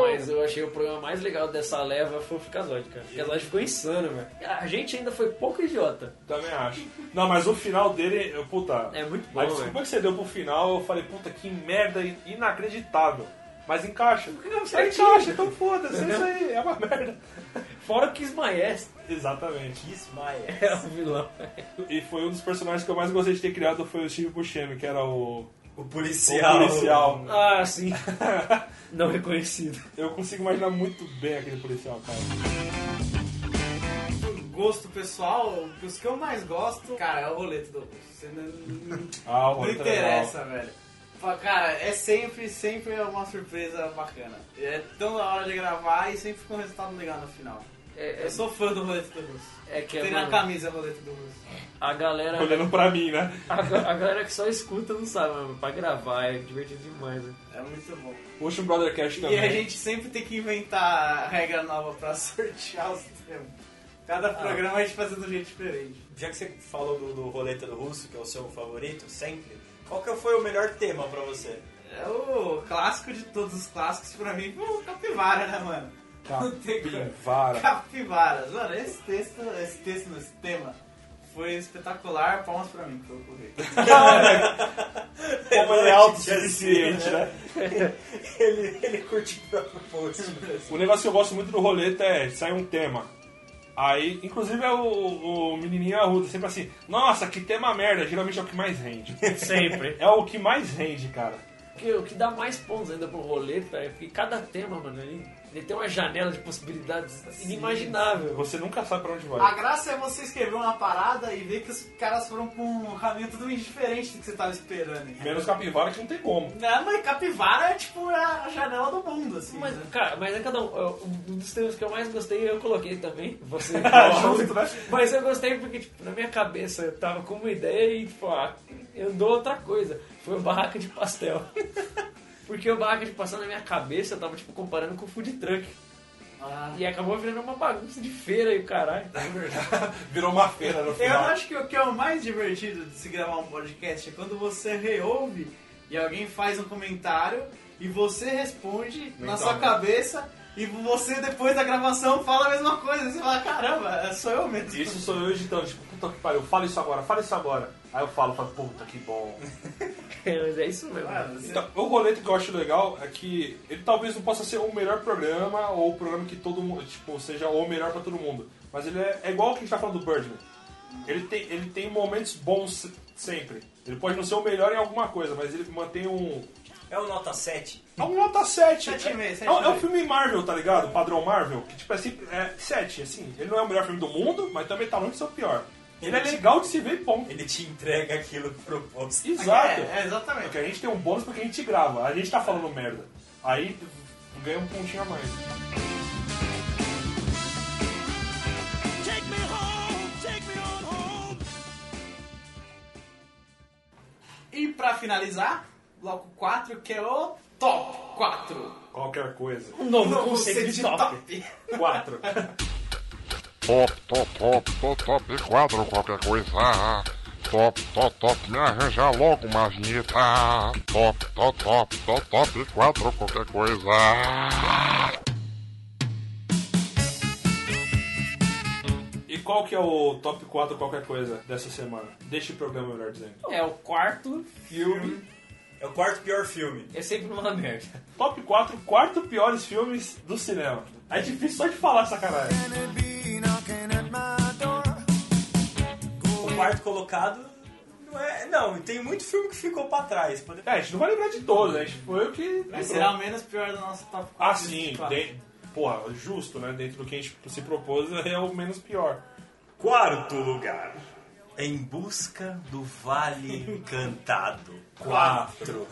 Mas eu achei o programa mais legal dessa leva foi o Ficazoide, cara. O Ficazoide ficou insano, velho. A gente ainda foi pouco idiota.
Também acho. Não, mas o final dele, eu, puta.
É muito bom,
a desculpa
velho.
que você deu pro final, eu falei, puta, que merda inacreditável. Mas encaixa.
sei
encaixa,
disso?
então foda-se. É isso aí, é uma merda. <laughs>
Fora que Ismaés.
Exatamente.
Ismael.
É o vilão.
E foi um dos personagens que eu mais gostei de ter criado foi o Steve Buscemi, que era o.
O policial.
O policial.
Ah, sim. <laughs> Não reconhecido.
Eu consigo imaginar muito bem aquele policial, cara.
Por gosto pessoal, os que eu mais gosto, cara, é o roleto do Augusto. Você não,
<laughs>
Ah, o
não
roleto é
interessa, velho. Fala, Cara, é sempre, sempre é uma surpresa bacana. É tão da hora de gravar e sempre fica um resultado legal no final.
É-
eu sou fã do roleto do Russo.
É que é,
Tem na
mano.
camisa o roleto do Russo.
A galera.
Olhando pra mim, né?
A, ga- a galera que só escuta não sabe, mano. Pra gravar é divertido demais, né?
É muito bom.
O último Brothercast
E
também.
a gente sempre tem que inventar regra nova pra <laughs> sortear os temas.
Ah.
Cada programa a gente faz de um jeito diferente.
Já que você falou do, do Roleta do Russo, que é o seu favorito, sempre, qual que foi o melhor tema pra você?
É o clássico de todos os clássicos pra mim, foi o Capivara, né, mano? Não tem como.
Capivara.
Capivaras. Mano, esse texto, esse texto, esse tema foi espetacular. Palmas pra mim, que eu corri.
Como ele <laughs> é autossuficiente, né?
ele, ele curte o próprio
<laughs>
post.
O negócio que eu gosto muito do roleta é sai um tema. Aí, inclusive é o, o menininho arruda, sempre assim, nossa, que tema merda, geralmente é o que mais rende.
Sempre.
<laughs> É o que mais rende, cara.
tá? O que, o que dá mais pontos ainda pro roleta é que cada tema, mano, ele Ele tem uma janela de possibilidades inimaginável.
Você nunca sabe pra onde vai.
A graça é você escrever uma parada e ver que os caras foram pra um caminho tudo diferente do que você tava esperando. entendeu?
Menos capivara que não tem como. <laughs>
Não, mas capivara é tipo a janela do mundo, assim.
Mas,
né?
cara, mas é cada um. Eu- Um dos temas que eu mais gostei eu coloquei também. <laughs> Você. Justo, né? mas eu gostei porque, tipo, na minha cabeça eu tava com uma ideia e, tipo, ah, eu dou outra coisa. Foi o barraca de pastel. <laughs> porque o barraca de pastel na minha cabeça eu tava, tipo, comparando com o food truck. E acabou virando uma bagunça de feira e o <laughs> caralho.
Virou uma feira no
Eu
final.
acho que o que é o mais divertido de se gravar um podcast é quando você reouve e alguém faz um comentário e você responde na
Mentalmente.
sua cabeça e você depois da gravação fala a mesma coisa. Você fala, caramba, sou eu mesmo.
Isso sou eu editando, tipo, puta que pariu, fala isso agora, fala isso agora. Aí eu falo, falo, puta que bom.
É, mas é isso mesmo.
Então, o roleto que eu acho legal é que ele talvez não possa ser o melhor programa ou o programa que todo mundo, tipo, seja o melhor pra todo mundo. Mas ele é, é igual o que a gente tá falando do Birdman. Ele tem, ele tem momentos bons se- sempre. Ele pode não ser o melhor em alguma coisa, mas ele mantém um.
É um nota 7.
É um nota 7.
Sete e meio,
é,
sete
é um- é um
e meio.
filme Marvel, tá ligado? Padrão Marvel. Que tipo é sempre. É 7, assim. Ele não é o melhor filme do mundo, mas também tá longe de ser o pior. Ele é legal de se ver e ponto.
Ele te entrega aquilo proposto.
Exato.
É, é, exatamente.
Porque a gente tem um bônus porque a gente grava. A gente tá falando merda. Aí ganha um pontinho a mais.
E pra finalizar, bloco 4, que é o Top 4.
Qualquer coisa.
Um novo conceito de top.
4.
Top, top, top, top, top, quadro qualquer coisa. Top, top, top, me arranja logo uma vinheta. Top, top, top, top, top, quadro qualquer coisa.
E qual que é o top 4 qualquer coisa dessa semana? Deste programa, melhor dizendo.
É o quarto filme.
É o quarto pior filme.
É sempre uma merda.
Top 4, quarto piores filmes do cinema. É difícil só de falar, sacanagem.
O quarto colocado não é. Não, tem muito filme que ficou pra trás. Pode-
É, a gente não vai lembrar de todos, né? A gente foi o que.
Mas será o menos pior do nosso top 4.
Ah, sim. De... Porra, justo, né? Dentro do que a gente se propôs, é o menos pior.
Quarto lugar. Em busca do Vale Encantado.
Quatro.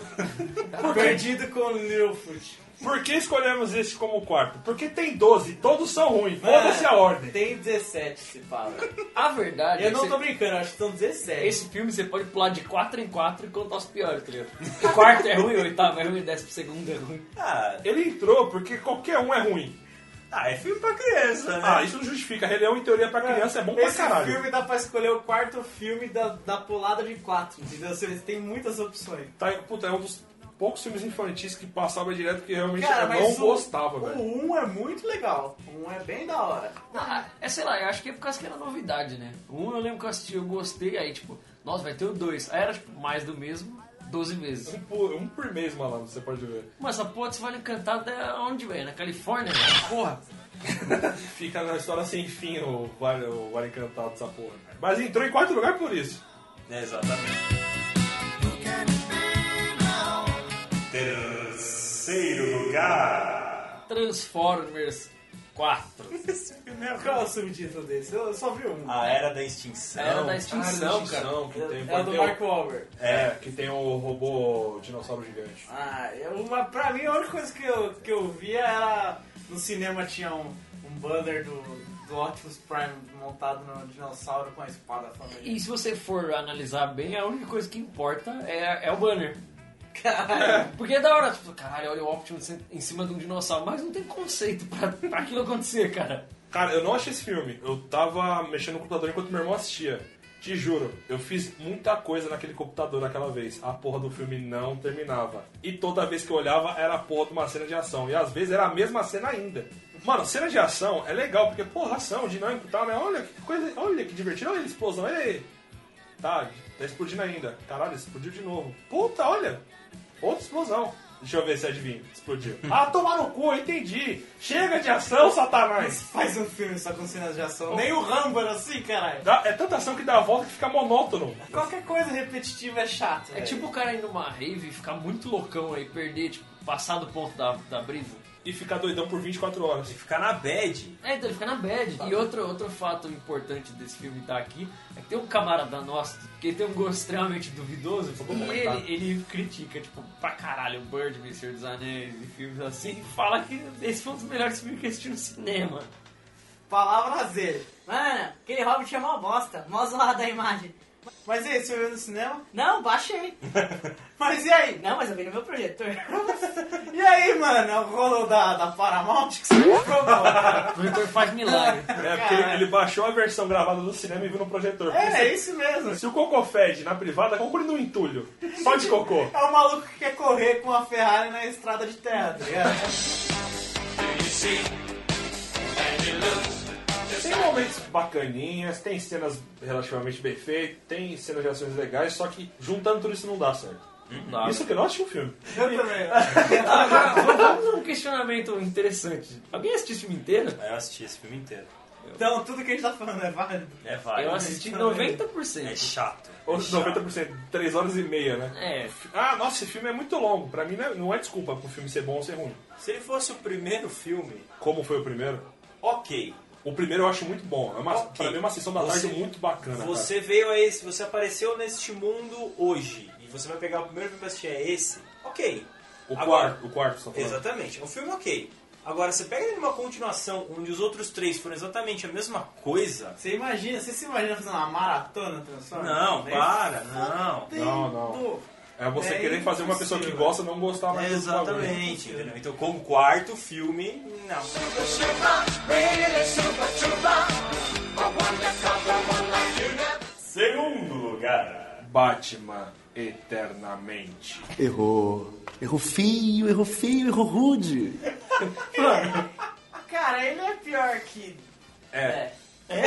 Perdido com Littlefoot.
Por que escolhemos esse como o quarto? Porque tem 12, todos são
É.
ruins. Foda-se a ordem.
Tem 17, se fala.
A verdade.
Eu
é que
não
você-
tô brincando, acho que são 17.
Esse filme você pode pular de 4 em 4 e contar os piores, tá <laughs> ligado? O quarto é ruim, o oitavo é ruim, o décimo segundo é ruim.
Ah,
Ele entrou porque qualquer um é ruim.
Ah, é filme pra criança, né?
Ah, isso não justifica. Rei Leão, em teoria, pra criança é bom pra
Esse
caralho.
filme dá pra escolher o quarto filme da, da pulada de quatro, entendeu? Você tem muitas opções.
Tá, puta, é um dos poucos filmes infantis que passava direto que realmente
Cara,
eu
mas
não
o-
gostava,
O
velho.
um é muito legal. O um é bem da hora.
Ah, é, sei lá, eu acho que é por causa que era novidade, né? Um eu lembro que eu assisti, eu gostei, aí tipo, nossa, vai ter o dois. Aí era tipo, mais do mesmo, 12 vezes.
Um por, um por mês, malandro, você pode ver.
Mas essa porra desse Vale Encantado é onde, velho? Na Califórnia, velho? Porra.
<laughs> Fica na história sem fim o Vale, o vale Encantado dessa porra. Mas entrou em quarto lugar por isso.
É, exatamente. Terceiro lugar.
Transformers 4.
Esse filme é- Qual é o subtítulo desse? Eu só vi um.
A Era da Extinção.
Era da Extinção,
Não, que tem,
É o do
tem o-
Mark Wahlberg.
É, que tem o robô dinossauro gigante.
Ah, é uma, pra mim a única coisa que eu, que eu via era. No cinema tinha um, um banner do, do Optimus Prime montado no dinossauro com a espada
E
família.
se você for analisar bem, a única coisa que importa é, é o banner. Porque é da hora, tipo, caralho, olha o Optimus em cima de um dinossauro, mas não tem conceito pra, pra aquilo acontecer, cara.
Cara, eu não achei esse filme. Eu tava mexendo no computador enquanto meu irmão assistia. Te juro, eu fiz muita coisa naquele computador naquela vez. A porra do filme não terminava. E toda vez que eu olhava, era a porra de uma cena de ação. E às vezes era a mesma cena ainda. Mano, cena de ação é legal, porque, porra, ação, dinâmico e tal, né? Olha que coisa, olha que divertido, olha a explosão, olha aí. Tá, tá explodindo ainda. Caralho, explodiu de novo. Puta, olha. Outra explosão. Deixa eu ver se adivinha. Explodiu. ah, tomar no cu, entendi. Chega de ação, satanás.
Faz um filme só com cenas de
Oh.
ação. Nem o Rambo era assim, caralho.
Dá- é tanta ação que dá a volta que fica monótono.
Qualquer coisa repetitiva é chato.
tipo, É tipo o cara ir numa rave e ficar muito loucão aí, perder, tipo, passar do ponto da, da brisa.
e ficar doidão por 24 horas. E
ficar na bad.
É, então ele fica na bad. E outro, outro fato importante desse filme estar aqui é que tem um camarada nosso que tem um gosto extremamente duvidoso e ele, ele critica, tipo, pra caralho, o Birdman, Senhor dos Anéis e filmes assim, e fala que esse foi um dos melhores filmes que eu assisti no cinema.
Palavras dele.
Mano, aquele Hobbit é mó bosta, mó zoada a imagem.
Mas e aí, você viu no cinema?
Não, baixei.
<laughs> Mas e aí?
Não, mas eu vi no meu projetor.
<laughs> E aí, mano? É o rolo da, da Paramount que você comprou, mano?
O Vitor faz milagre.
É, porque ele, ele baixou a versão gravada do cinema e viu no projetor. Porque
É,
se-
é isso mesmo.
Se o cocô fede na privada, compre no entulho. Só de cocô.
É o maluco que quer correr com a Ferrari na estrada de terra, tá ligado?
Tem momentos bacaninhas, tem cenas relativamente bem feitas, tem cenas de ações legais, só que juntando tudo isso não dá certo.
dá.
Isso que eu não assisti o filme.
Eu também.
<laughs> Agora, vamos a um questionamento interessante. Alguém assistiu esse filme inteiro?
É, Eu assisti esse filme inteiro.
Então, tudo que a gente tá falando é válido.
É válido.
Eu assisti 90%.
É chato.
Outros 90%, 3 horas e meia, né?
É.
Ah, nossa, esse filme é muito longo. Pra mim não é, não é desculpa pro filme ser bom ou ser ruim.
Se ele fosse o primeiro filme,
Como foi o primeiro?
ok.
O primeiro eu acho muito bom. É uma,
Ok.
Pra mim é uma sessão da
Você-
tarde muito bacana.
Você veio a esse, você apareceu neste mundo hoje e você vai pegar o primeiro filme pra assistir é esse, ok.
cara. O
Agora-
quarto, o quarto, só falando.
Exatamente, é um filme ok. Agora, você pega ele numa continuação onde os outros três foram exatamente a mesma coisa.
Você imagina, você se imagina fazendo uma maratona É Transformers?
Não,
Nem
para, não.
Não, não.
fudendo.
É você
É
querer fazer uma pessoa que gosta não gostar mais do
Exatamente, entendeu? Então, como quarto filme, não. Oh, Segundo lugar,
bagulho. Batman Eternamente.
Errou. Errou feio, errou feio, errou rude.
Cara, ele é pior que...
É.
É,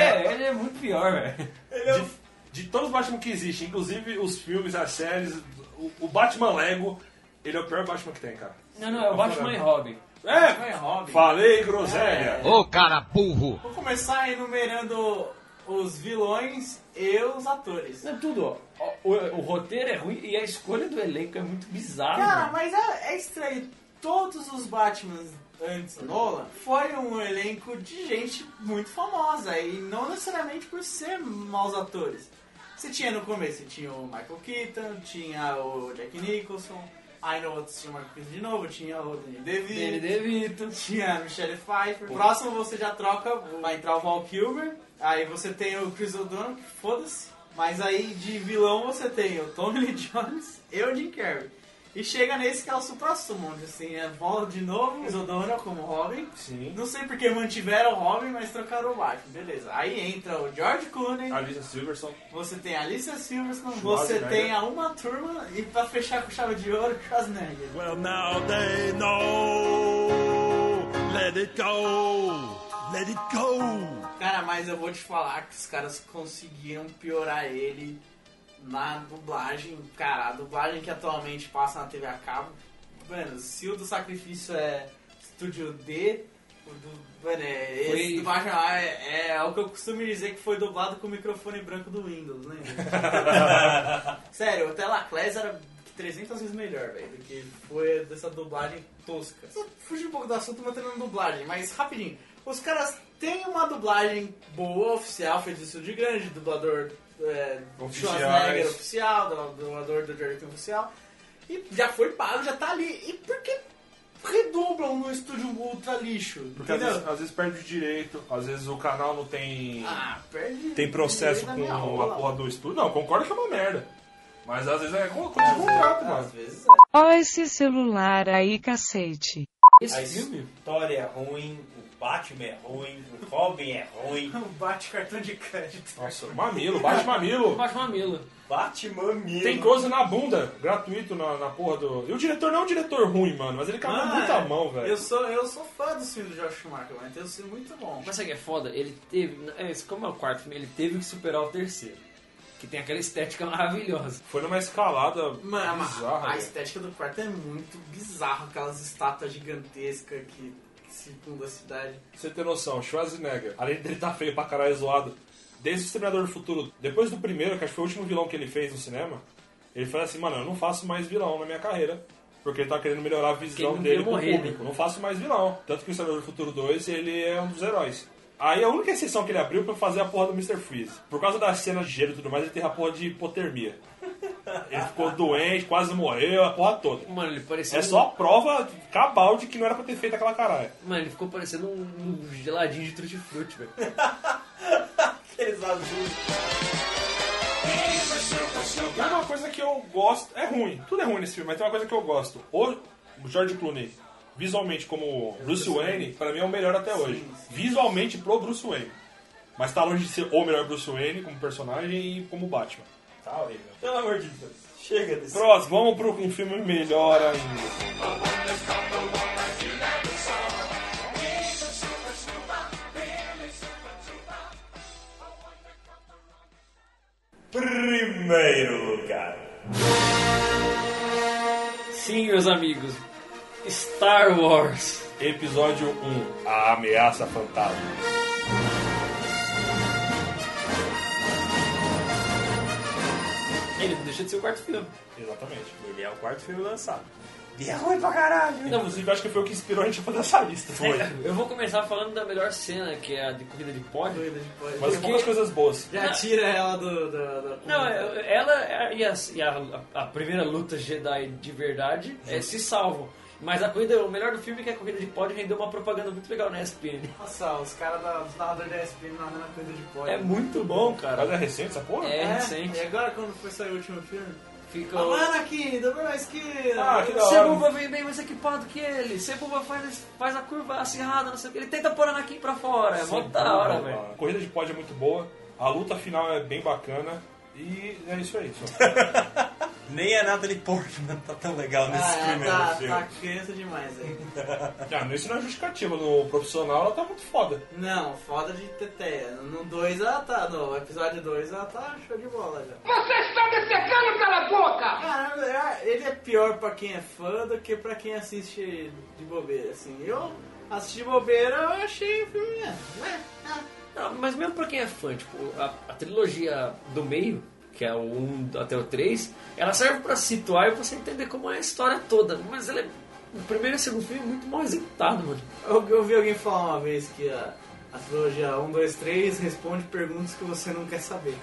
é, é, ele é muito pior, velho.
É.
De, de todos os Batman que existem, inclusive os filmes, as séries, o, o Batman Lego, ele é o pior Batman que tem, cara.
Não, não, é o
Tô
Batman
falando.
e Robin.
É!
Robin.
Falei,
É.
groselha!
Ô, cara burro.
Vou começar enumerando os vilões e os atores.
Não, tudo, ó. O, o roteiro é ruim e a escolha do elenco é muito bizarra.
Cara,
mano.
mas é, é estranho. Todos os Batmans antes do Nolan foram um elenco de gente muito famosa e não necessariamente por ser maus atores. Você tinha no começo, tinha o Michael Keaton, tinha o Jack Nicholson, aí no outro tinha o Michael Keaton de novo, tinha o Danny DeVito,
Danny DeVito.
tinha a Michelle Pfeiffer. Próximo você já troca, vai entrar o Val Kilmer, aí você tem o Chris O'Donnell, que foda-se. Mas aí de vilão você tem o Tommy Lee Jones <laughs> e o Jim Carrey. E chega nesse que é o supra-sumo, onde assim, é volta de novo, Chris O'Donnell como Robin.
Sim.
Não sei porque mantiveram o Robin, mas trocaram o Batman, beleza. Aí entra o George Clooney,
Alicia Silverson.
você tem a Alicia Silverstone, você tem a Uma Turma e pra fechar com chave de ouro, Schwarzenegger.
Well, now they know. Let it go. Let it go.
Cara, mas eu vou te falar que os caras conseguiram piorar ele na dublagem. Cara, a dublagem que atualmente passa na TV a cabo. Mano, se o do Sacrifício é Studio D, o do. Mano, é, esse
Foi-
dublagem lá é, é o que eu costumo dizer que foi dublado com o microfone branco do Windows, né? Sério, o Telaclass era 300 vezes melhor, velho, do que foi dessa dublagem tosca. Só Fugir um pouco do assunto, mas na dublagem, mas rapidinho. Os caras têm uma dublagem boa, oficial, fez isso de grande, dublador é,
Oficiais.
Schwarzenegger oficial, du- dublador do Jordan oficial. E já foi pago, já tá ali. E por que redublam no estúdio ultra lixo?
Porque às vezes, às vezes perde o direito, às vezes o canal não tem.
Ah, perde.
tem processo
direito na
com
minha
a
rola.
porra do estúdio. Não, concordo que é uma merda. Mas às vezes é con- contra o contrato, mano.
Ó esse celular aí, cacete.
Esse
a
filme?
história é ruim, o Batman é ruim, o Robin é ruim.
Bate cartão de crédito.
Nossa, mamilo, bate mamilo.
Bate mamilo.
Batman mesmo.
Tem close na bunda, gratuito na, na porra do. E o diretor não é um diretor ruim, mano, mas ele cagou
Mano, é.
muita mão,
Eu
velho.
sou, eu sou fã do filme do Josh Schumacher, mas tem um filme muito bom.
Mas sabe o que é foda? Ele teve. é, esse- Como é o quarto filme, ele teve que superar o terceiro. Que tem aquela estética <laughs> maravilhosa.
Foi numa escalada
Mano,
bizarra,
a
velho.
estética do quarto é muito bizarro, aquelas estátuas gigantescas que, que circundam a cidade.
Pra Você tem noção, Schwarzenegger, além dele tá feio pra caralho zoado, desde o Exterminador do Futuro, depois do primeiro, que acho que foi o último vilão que ele fez no cinema, ele fala assim, mano, eu não faço mais vilão na minha carreira. Porque ele tá querendo melhorar a visão
não
dele
queria
pro
morrer,
público. Não faço mais vilão. Tanto que o Exterminador do Futuro 2, ele é um dos heróis. Aí a única exceção que ele abriu foi fazer a porra do Mr. Freeze. Por causa da cena de gelo e tudo mais, ele teve a porra de hipotermia. Ele ficou doente, quase morreu, a porra toda.
Mano, ele parecia.
É
um-
só a prova cabal de que não era pra ter feito aquela caralho.
Mano, ele ficou parecendo um, um geladinho de tutti-frutti, velho.
Aqueles azuis.
Tem é uma coisa que eu gosto. É ruim, tudo é ruim nesse filme, mas tem uma coisa que eu gosto. O George Clooney, visualmente como Bruce Wayne, pra mim é o melhor até hoje. Visualmente pro Bruce Wayne. Mas tá longe de ser o melhor Bruce Wayne como personagem e como Batman.
Tá horrível. Pelo amor de Deus. Chega desse.
Próximo, vamos pro um filme melhor ainda.
Primeiro lugar.
Sim, meus amigos. Star Wars.
Episódio 1, A Ameaça Fantasma.
Ele não deixa de ser o quarto filme.
Exatamente.
Ele é o quarto filme lançado.
E é ruim pra caralho.
Não, inclusive acho que foi o que inspirou a gente a fazer essa lista. Foi.
Eu vou começar falando da melhor cena, que é a de corrida de pódio.
Mas
Porque-
algumas coisas boas.
Já
tira ela do.
Não, eu- ela é, e, a, e a- a primeira luta Jedi de verdade é, se salvam. Mas a corrida, o melhor do filme é que a corrida de pódio rendeu uma propaganda muito legal na ESPN.
Nossa, os caras da- dos narradores da SPM narrando a coisa de pódio.
É muito bom, cara.
Mas é recente essa porra?
<laughs> É recente.
E agora quando foi sair o último filme?
Fica o-
Ah, Anakin, dobrou a esquerda.
Ah, que da hora.
Sebulba vem bem mais equipado que ele. Sebulba faz, faz a curva acirrada, não sei o que. Ele tenta pôr Anakin pra fora. É mó
Sim,
da hora,
a-
velho.
A corrida de pódio é muito boa, a luta final é bem bacana e é isso aí. só.
Nem a Natalie Portman <laughs> tá tão legal nesse
Ah,
primeiro
ela tá,
filme.
tá criança demais aí.
<laughs> ah, isso não é justificativa, no profissional ela tá muito foda.
Não, foda de teteia. No 2 ela tá, no episódio 2 ela tá show de bola já.
Vocês estão me secando, cala a boca!
Caramba, é- ele é pior pra quem é fã do que pra quem assiste de bobeira, assim. Eu assisti de bobeira, eu achei o filme. é, né?
Não, mas mesmo pra quem é fã, tipo, a, a trilogia do meio, que é o 1 até o 3, ela serve pra situar e você entender como é a história toda. Mas ela é. O primeiro e o segundo filme é muito mal executado, mano.
Eu, eu vi alguém falar uma vez que a, a trilogia 1, 2, 3 responde perguntas que você não quer saber.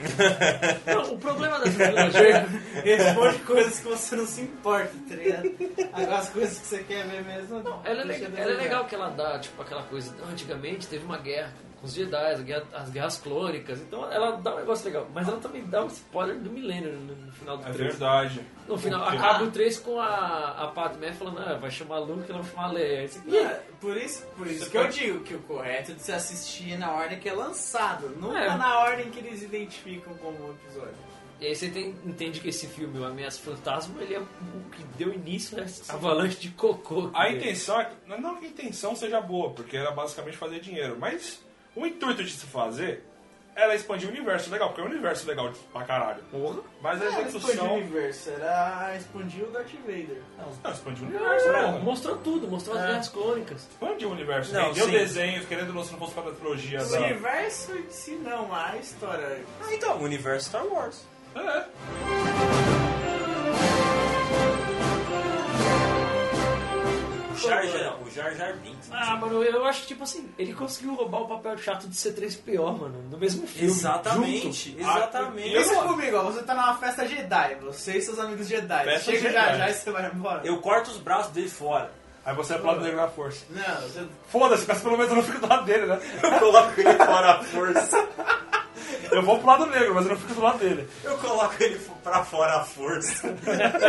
Não, o problema da
<laughs>
trilogia.
responde coisas que você não se importa, tá ligado? Agora as coisas que você quer ver mesmo.
Ela é,
deixa
legal,
de
ela é
olhar.
legal que ela dá, tipo, aquela coisa. "Não, Antigamente teve uma guerra com os Jedi, a guerra- as guerras clônicas. Então ela dá um negócio legal. Mas ela também dá um spoiler do milênio no, no final do
É
3.
verdade.
No final,
Porque-
acaba o 3 com a, a Padmé falando, ah, vai chamar Luke, ela vai chamar Leia. Isso aqui
É, por isso, por isso que eu digo que o correto é de se assistir na ordem que é lançado, nunca
É.
na ordem que eles identificam como um episódio.
E aí você tem- entende que esse filme, O Ameaça Fantasma, ele é o que deu início a essa avalanche de cocô.
A intenção é que, não que a intenção seja boa, porque era basicamente fazer dinheiro, mas o intuito de se fazer era expandir o universo legal, porque é um universo legal de- pra caralho. Mas a
Não era expandir o
execução.
universo, era expandir o Darth Vader.
Não, expandir o universo,
Não,
né?
mostrou tudo, mostrou as guerras clônicas.
Expandir o universo.
Não,
Rendeu
sim.
desenhos, querendo ou não, se não fosse pra trilogia
O
da-
universo em si não, a história. é-
Ah, então, o universo Star Wars.
É.
O Jar Jar, não, o Jar Jar Binks.
Ah, mano, eu acho que, tipo assim, ele conseguiu roubar o papel chato de C3PO, mano, no mesmo filme.
Exatamente,
junto.
exatamente.
Pensa comigo, ó, você tá numa festa Jedi, você e seus amigos Jedi.
Festa
Chega
Jedi.
já já e você vai embora.
Eu corto os braços dele fora.
Aí você é pro lado negro da força.
Não, você...
Foda-se, mas pelo menos eu não fico do lado dele, né? <laughs>
Eu coloco ele fora à força.
Eu vou pro lado negro, mas eu não fico do lado dele.
Eu coloco ele fo- pra fora à força.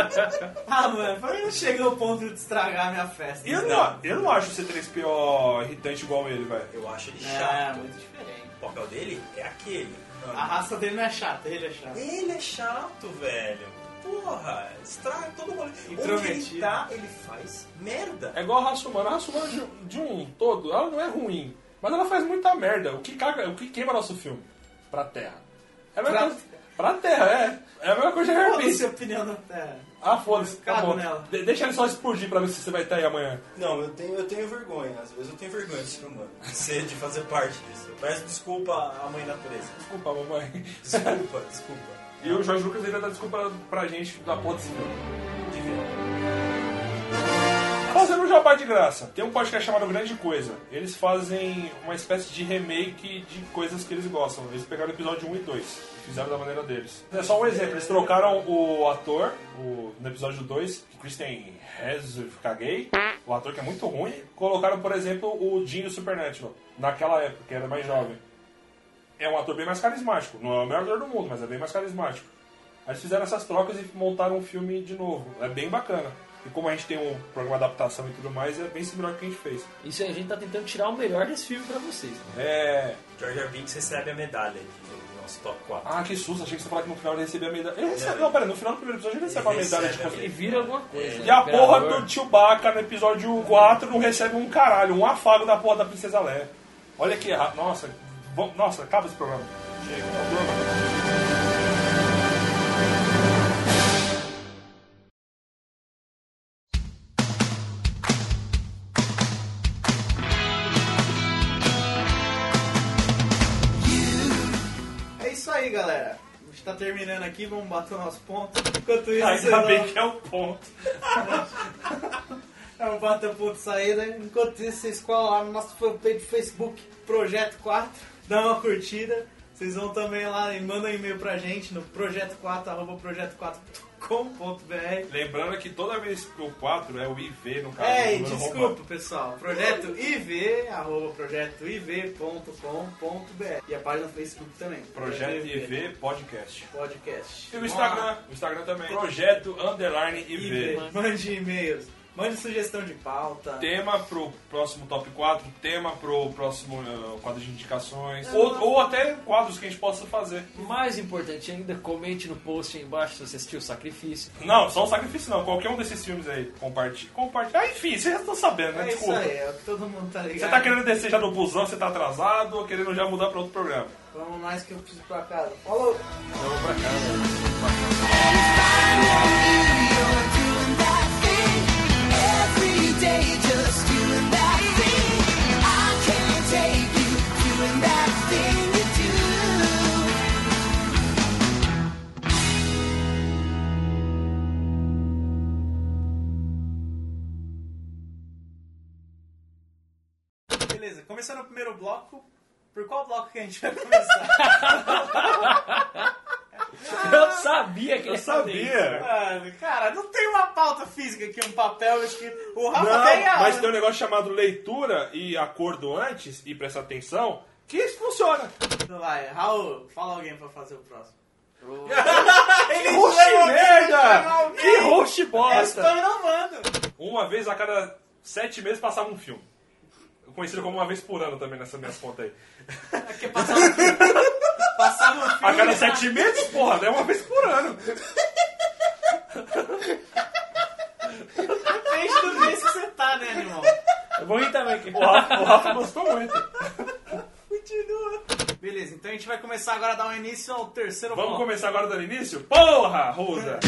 <laughs> Ah, mano, pra mim não chega ao ponto de estragar a minha festa.
Eu não, eu não acho o C3PO irritante igual ele, velho.
Eu acho ele
É,
chato.
muito diferente.
O papel dele é aquele.
A
Ah.
raça dele não é chata, ele é chato.
Ele é chato, velho. Porra, estraga todo o rolê. Onde ele
Intrometido.
tá, ele faz merda.
É igual a raça humana. A raça humana de, de um todo, ela não é ruim. Mas ela faz muita merda. O que, caga, o que queima nosso filme? Pra Terra. É a mesma
Pra-
coisa. Pra Terra, é. É a mesma coisa de
Qual a
Airbnb.
sua opinião é. da Terra?
Ah, foda-se. Tá
Cago
bom.
nela.
De- deixa ele só explodir pra ver se você vai estar aí amanhã.
Não, eu tenho, eu tenho vergonha. Às vezes eu tenho vergonha de ser <laughs> humano. De ser- de fazer parte disso. Eu peço desculpa à mãe <laughs> natureza.
Desculpa, mamãe.
Desculpa, desculpa.
E o Jorge Lucas ainda dá desculpa pra gente da porra desse filme.
Devia.
Fazendo um jabá de graça. Tem um podcast chamado Grande Coisa. Eles fazem uma espécie de remake de coisas que eles gostam. Eles pegaram o episódio 1 e 2 e fizeram da maneira deles. É só um exemplo. Eles trocaram o ator o- no episódio 2, que Christian Hesler caguei, o ator que é muito ruim. Colocaram, por exemplo, o Jim do Supernatural, naquela época, que era mais jovem. É um ator bem mais carismático. Não é o melhor ator do mundo, mas é bem mais carismático. Aí Eles fizeram essas trocas e montaram um filme de novo. É bem bacana. E como a gente tem um programa de adaptação e tudo mais, é bem similar ao que a gente fez.
Isso aí, a gente tá tentando tirar o melhor desse filme pra vocês.
É.
George R. Binks recebe a medalha do nosso top 4.
Ah, que susto, achei que você falou que no final ele recebia a medalha. Ele recebe, não, pera, no final do primeiro episódio ele recebe a medalha de
Ele vira alguma coisa.
E a porra
Imperador.
do Chewbacca no episódio 4 não recebe um caralho, um afago da porra da Princesa Leia. Olha que errado. Nossa, vam- nossa, acaba esse programa. Chega, tá programa.
É isso aí, galera. A gente tá terminando aqui, vamos bater o nosso ponto. Enquanto isso,
Ainda
eu-
bem que é o ponto.
É um bater ponto de saída. Enquanto isso, vocês colam lá no nosso fanpage do Facebook, Projeto 4. Dá uma curtida. Vocês vão também lá e mandam um e-mail pra gente no projeto4, arroba projeto4.com.br.
Lembrando que toda vez que o 4 é o IV no caso.
É,
o
e
número
desculpa,
romano.
pessoal. Projeto IV, arroba projetoiv.com.br. E a página do Facebook também.
Projeto
É,
IV Podcast.
Podcast.
E o Instagram, o Instagram também. Projeto Underline IV.
Mande e-mails. Mande sugestão de pauta.
Tema pro próximo top 4, tema pro próximo eh, quadro de indicações. Ou, ou até quadros que a gente possa fazer.
Mais importante ainda, comente no post aí embaixo se você assistiu o Sacrifício.
Não, só o sacrifício não, qualquer um desses filmes aí. Compartilhe. Compartilhe. Ah, enfim, vocês já estão sabendo, né?
É isso
Desculpa.
aí, é o que todo mundo tá ligado.
Você tá querendo descer já no busão, você tá atrasado, ou querendo já mudar pra outro programa.
Vamos mais que eu preciso ir pra casa. Falou!
Vamos pra casa.
Every day just doing that thing. I can't take you doing that thing you do.
Beleza, começando o primeiro bloco. Por qual bloco que a gente vai
<laughs>
começar?
Eu sabia que
Eu
ele sabia.
Mano, cara, não tem uma pauta física aqui, um papel escrito. O Rafa
Não,
Ah, tem a.
mas tem um negócio chamado leitura e acordo antes, e presta atenção, que isso funciona.
Não vai, Raul, fala alguém pra fazer o próximo.
Que
Ele
host
lembra que ele
merda!
chama alguém.
Que host bosta!
Eu estou inovando.
Uma vez a cada sete meses passava um filme. Conhecido como uma vez por ano também nessa minha conta aí.
É
<laughs>
Passava um filme.
A cada sete meses, porra, né? Uma vez por ano.
Depende do mês que você tá, né, animal?
Eu vou rir também. O Rafa, o Rafa gostou muito.
Continua. Beleza, então a gente vai começar agora a dar um início ao terceiro
Vamos
bloco.
começar agora dando início? Porra, Rosa!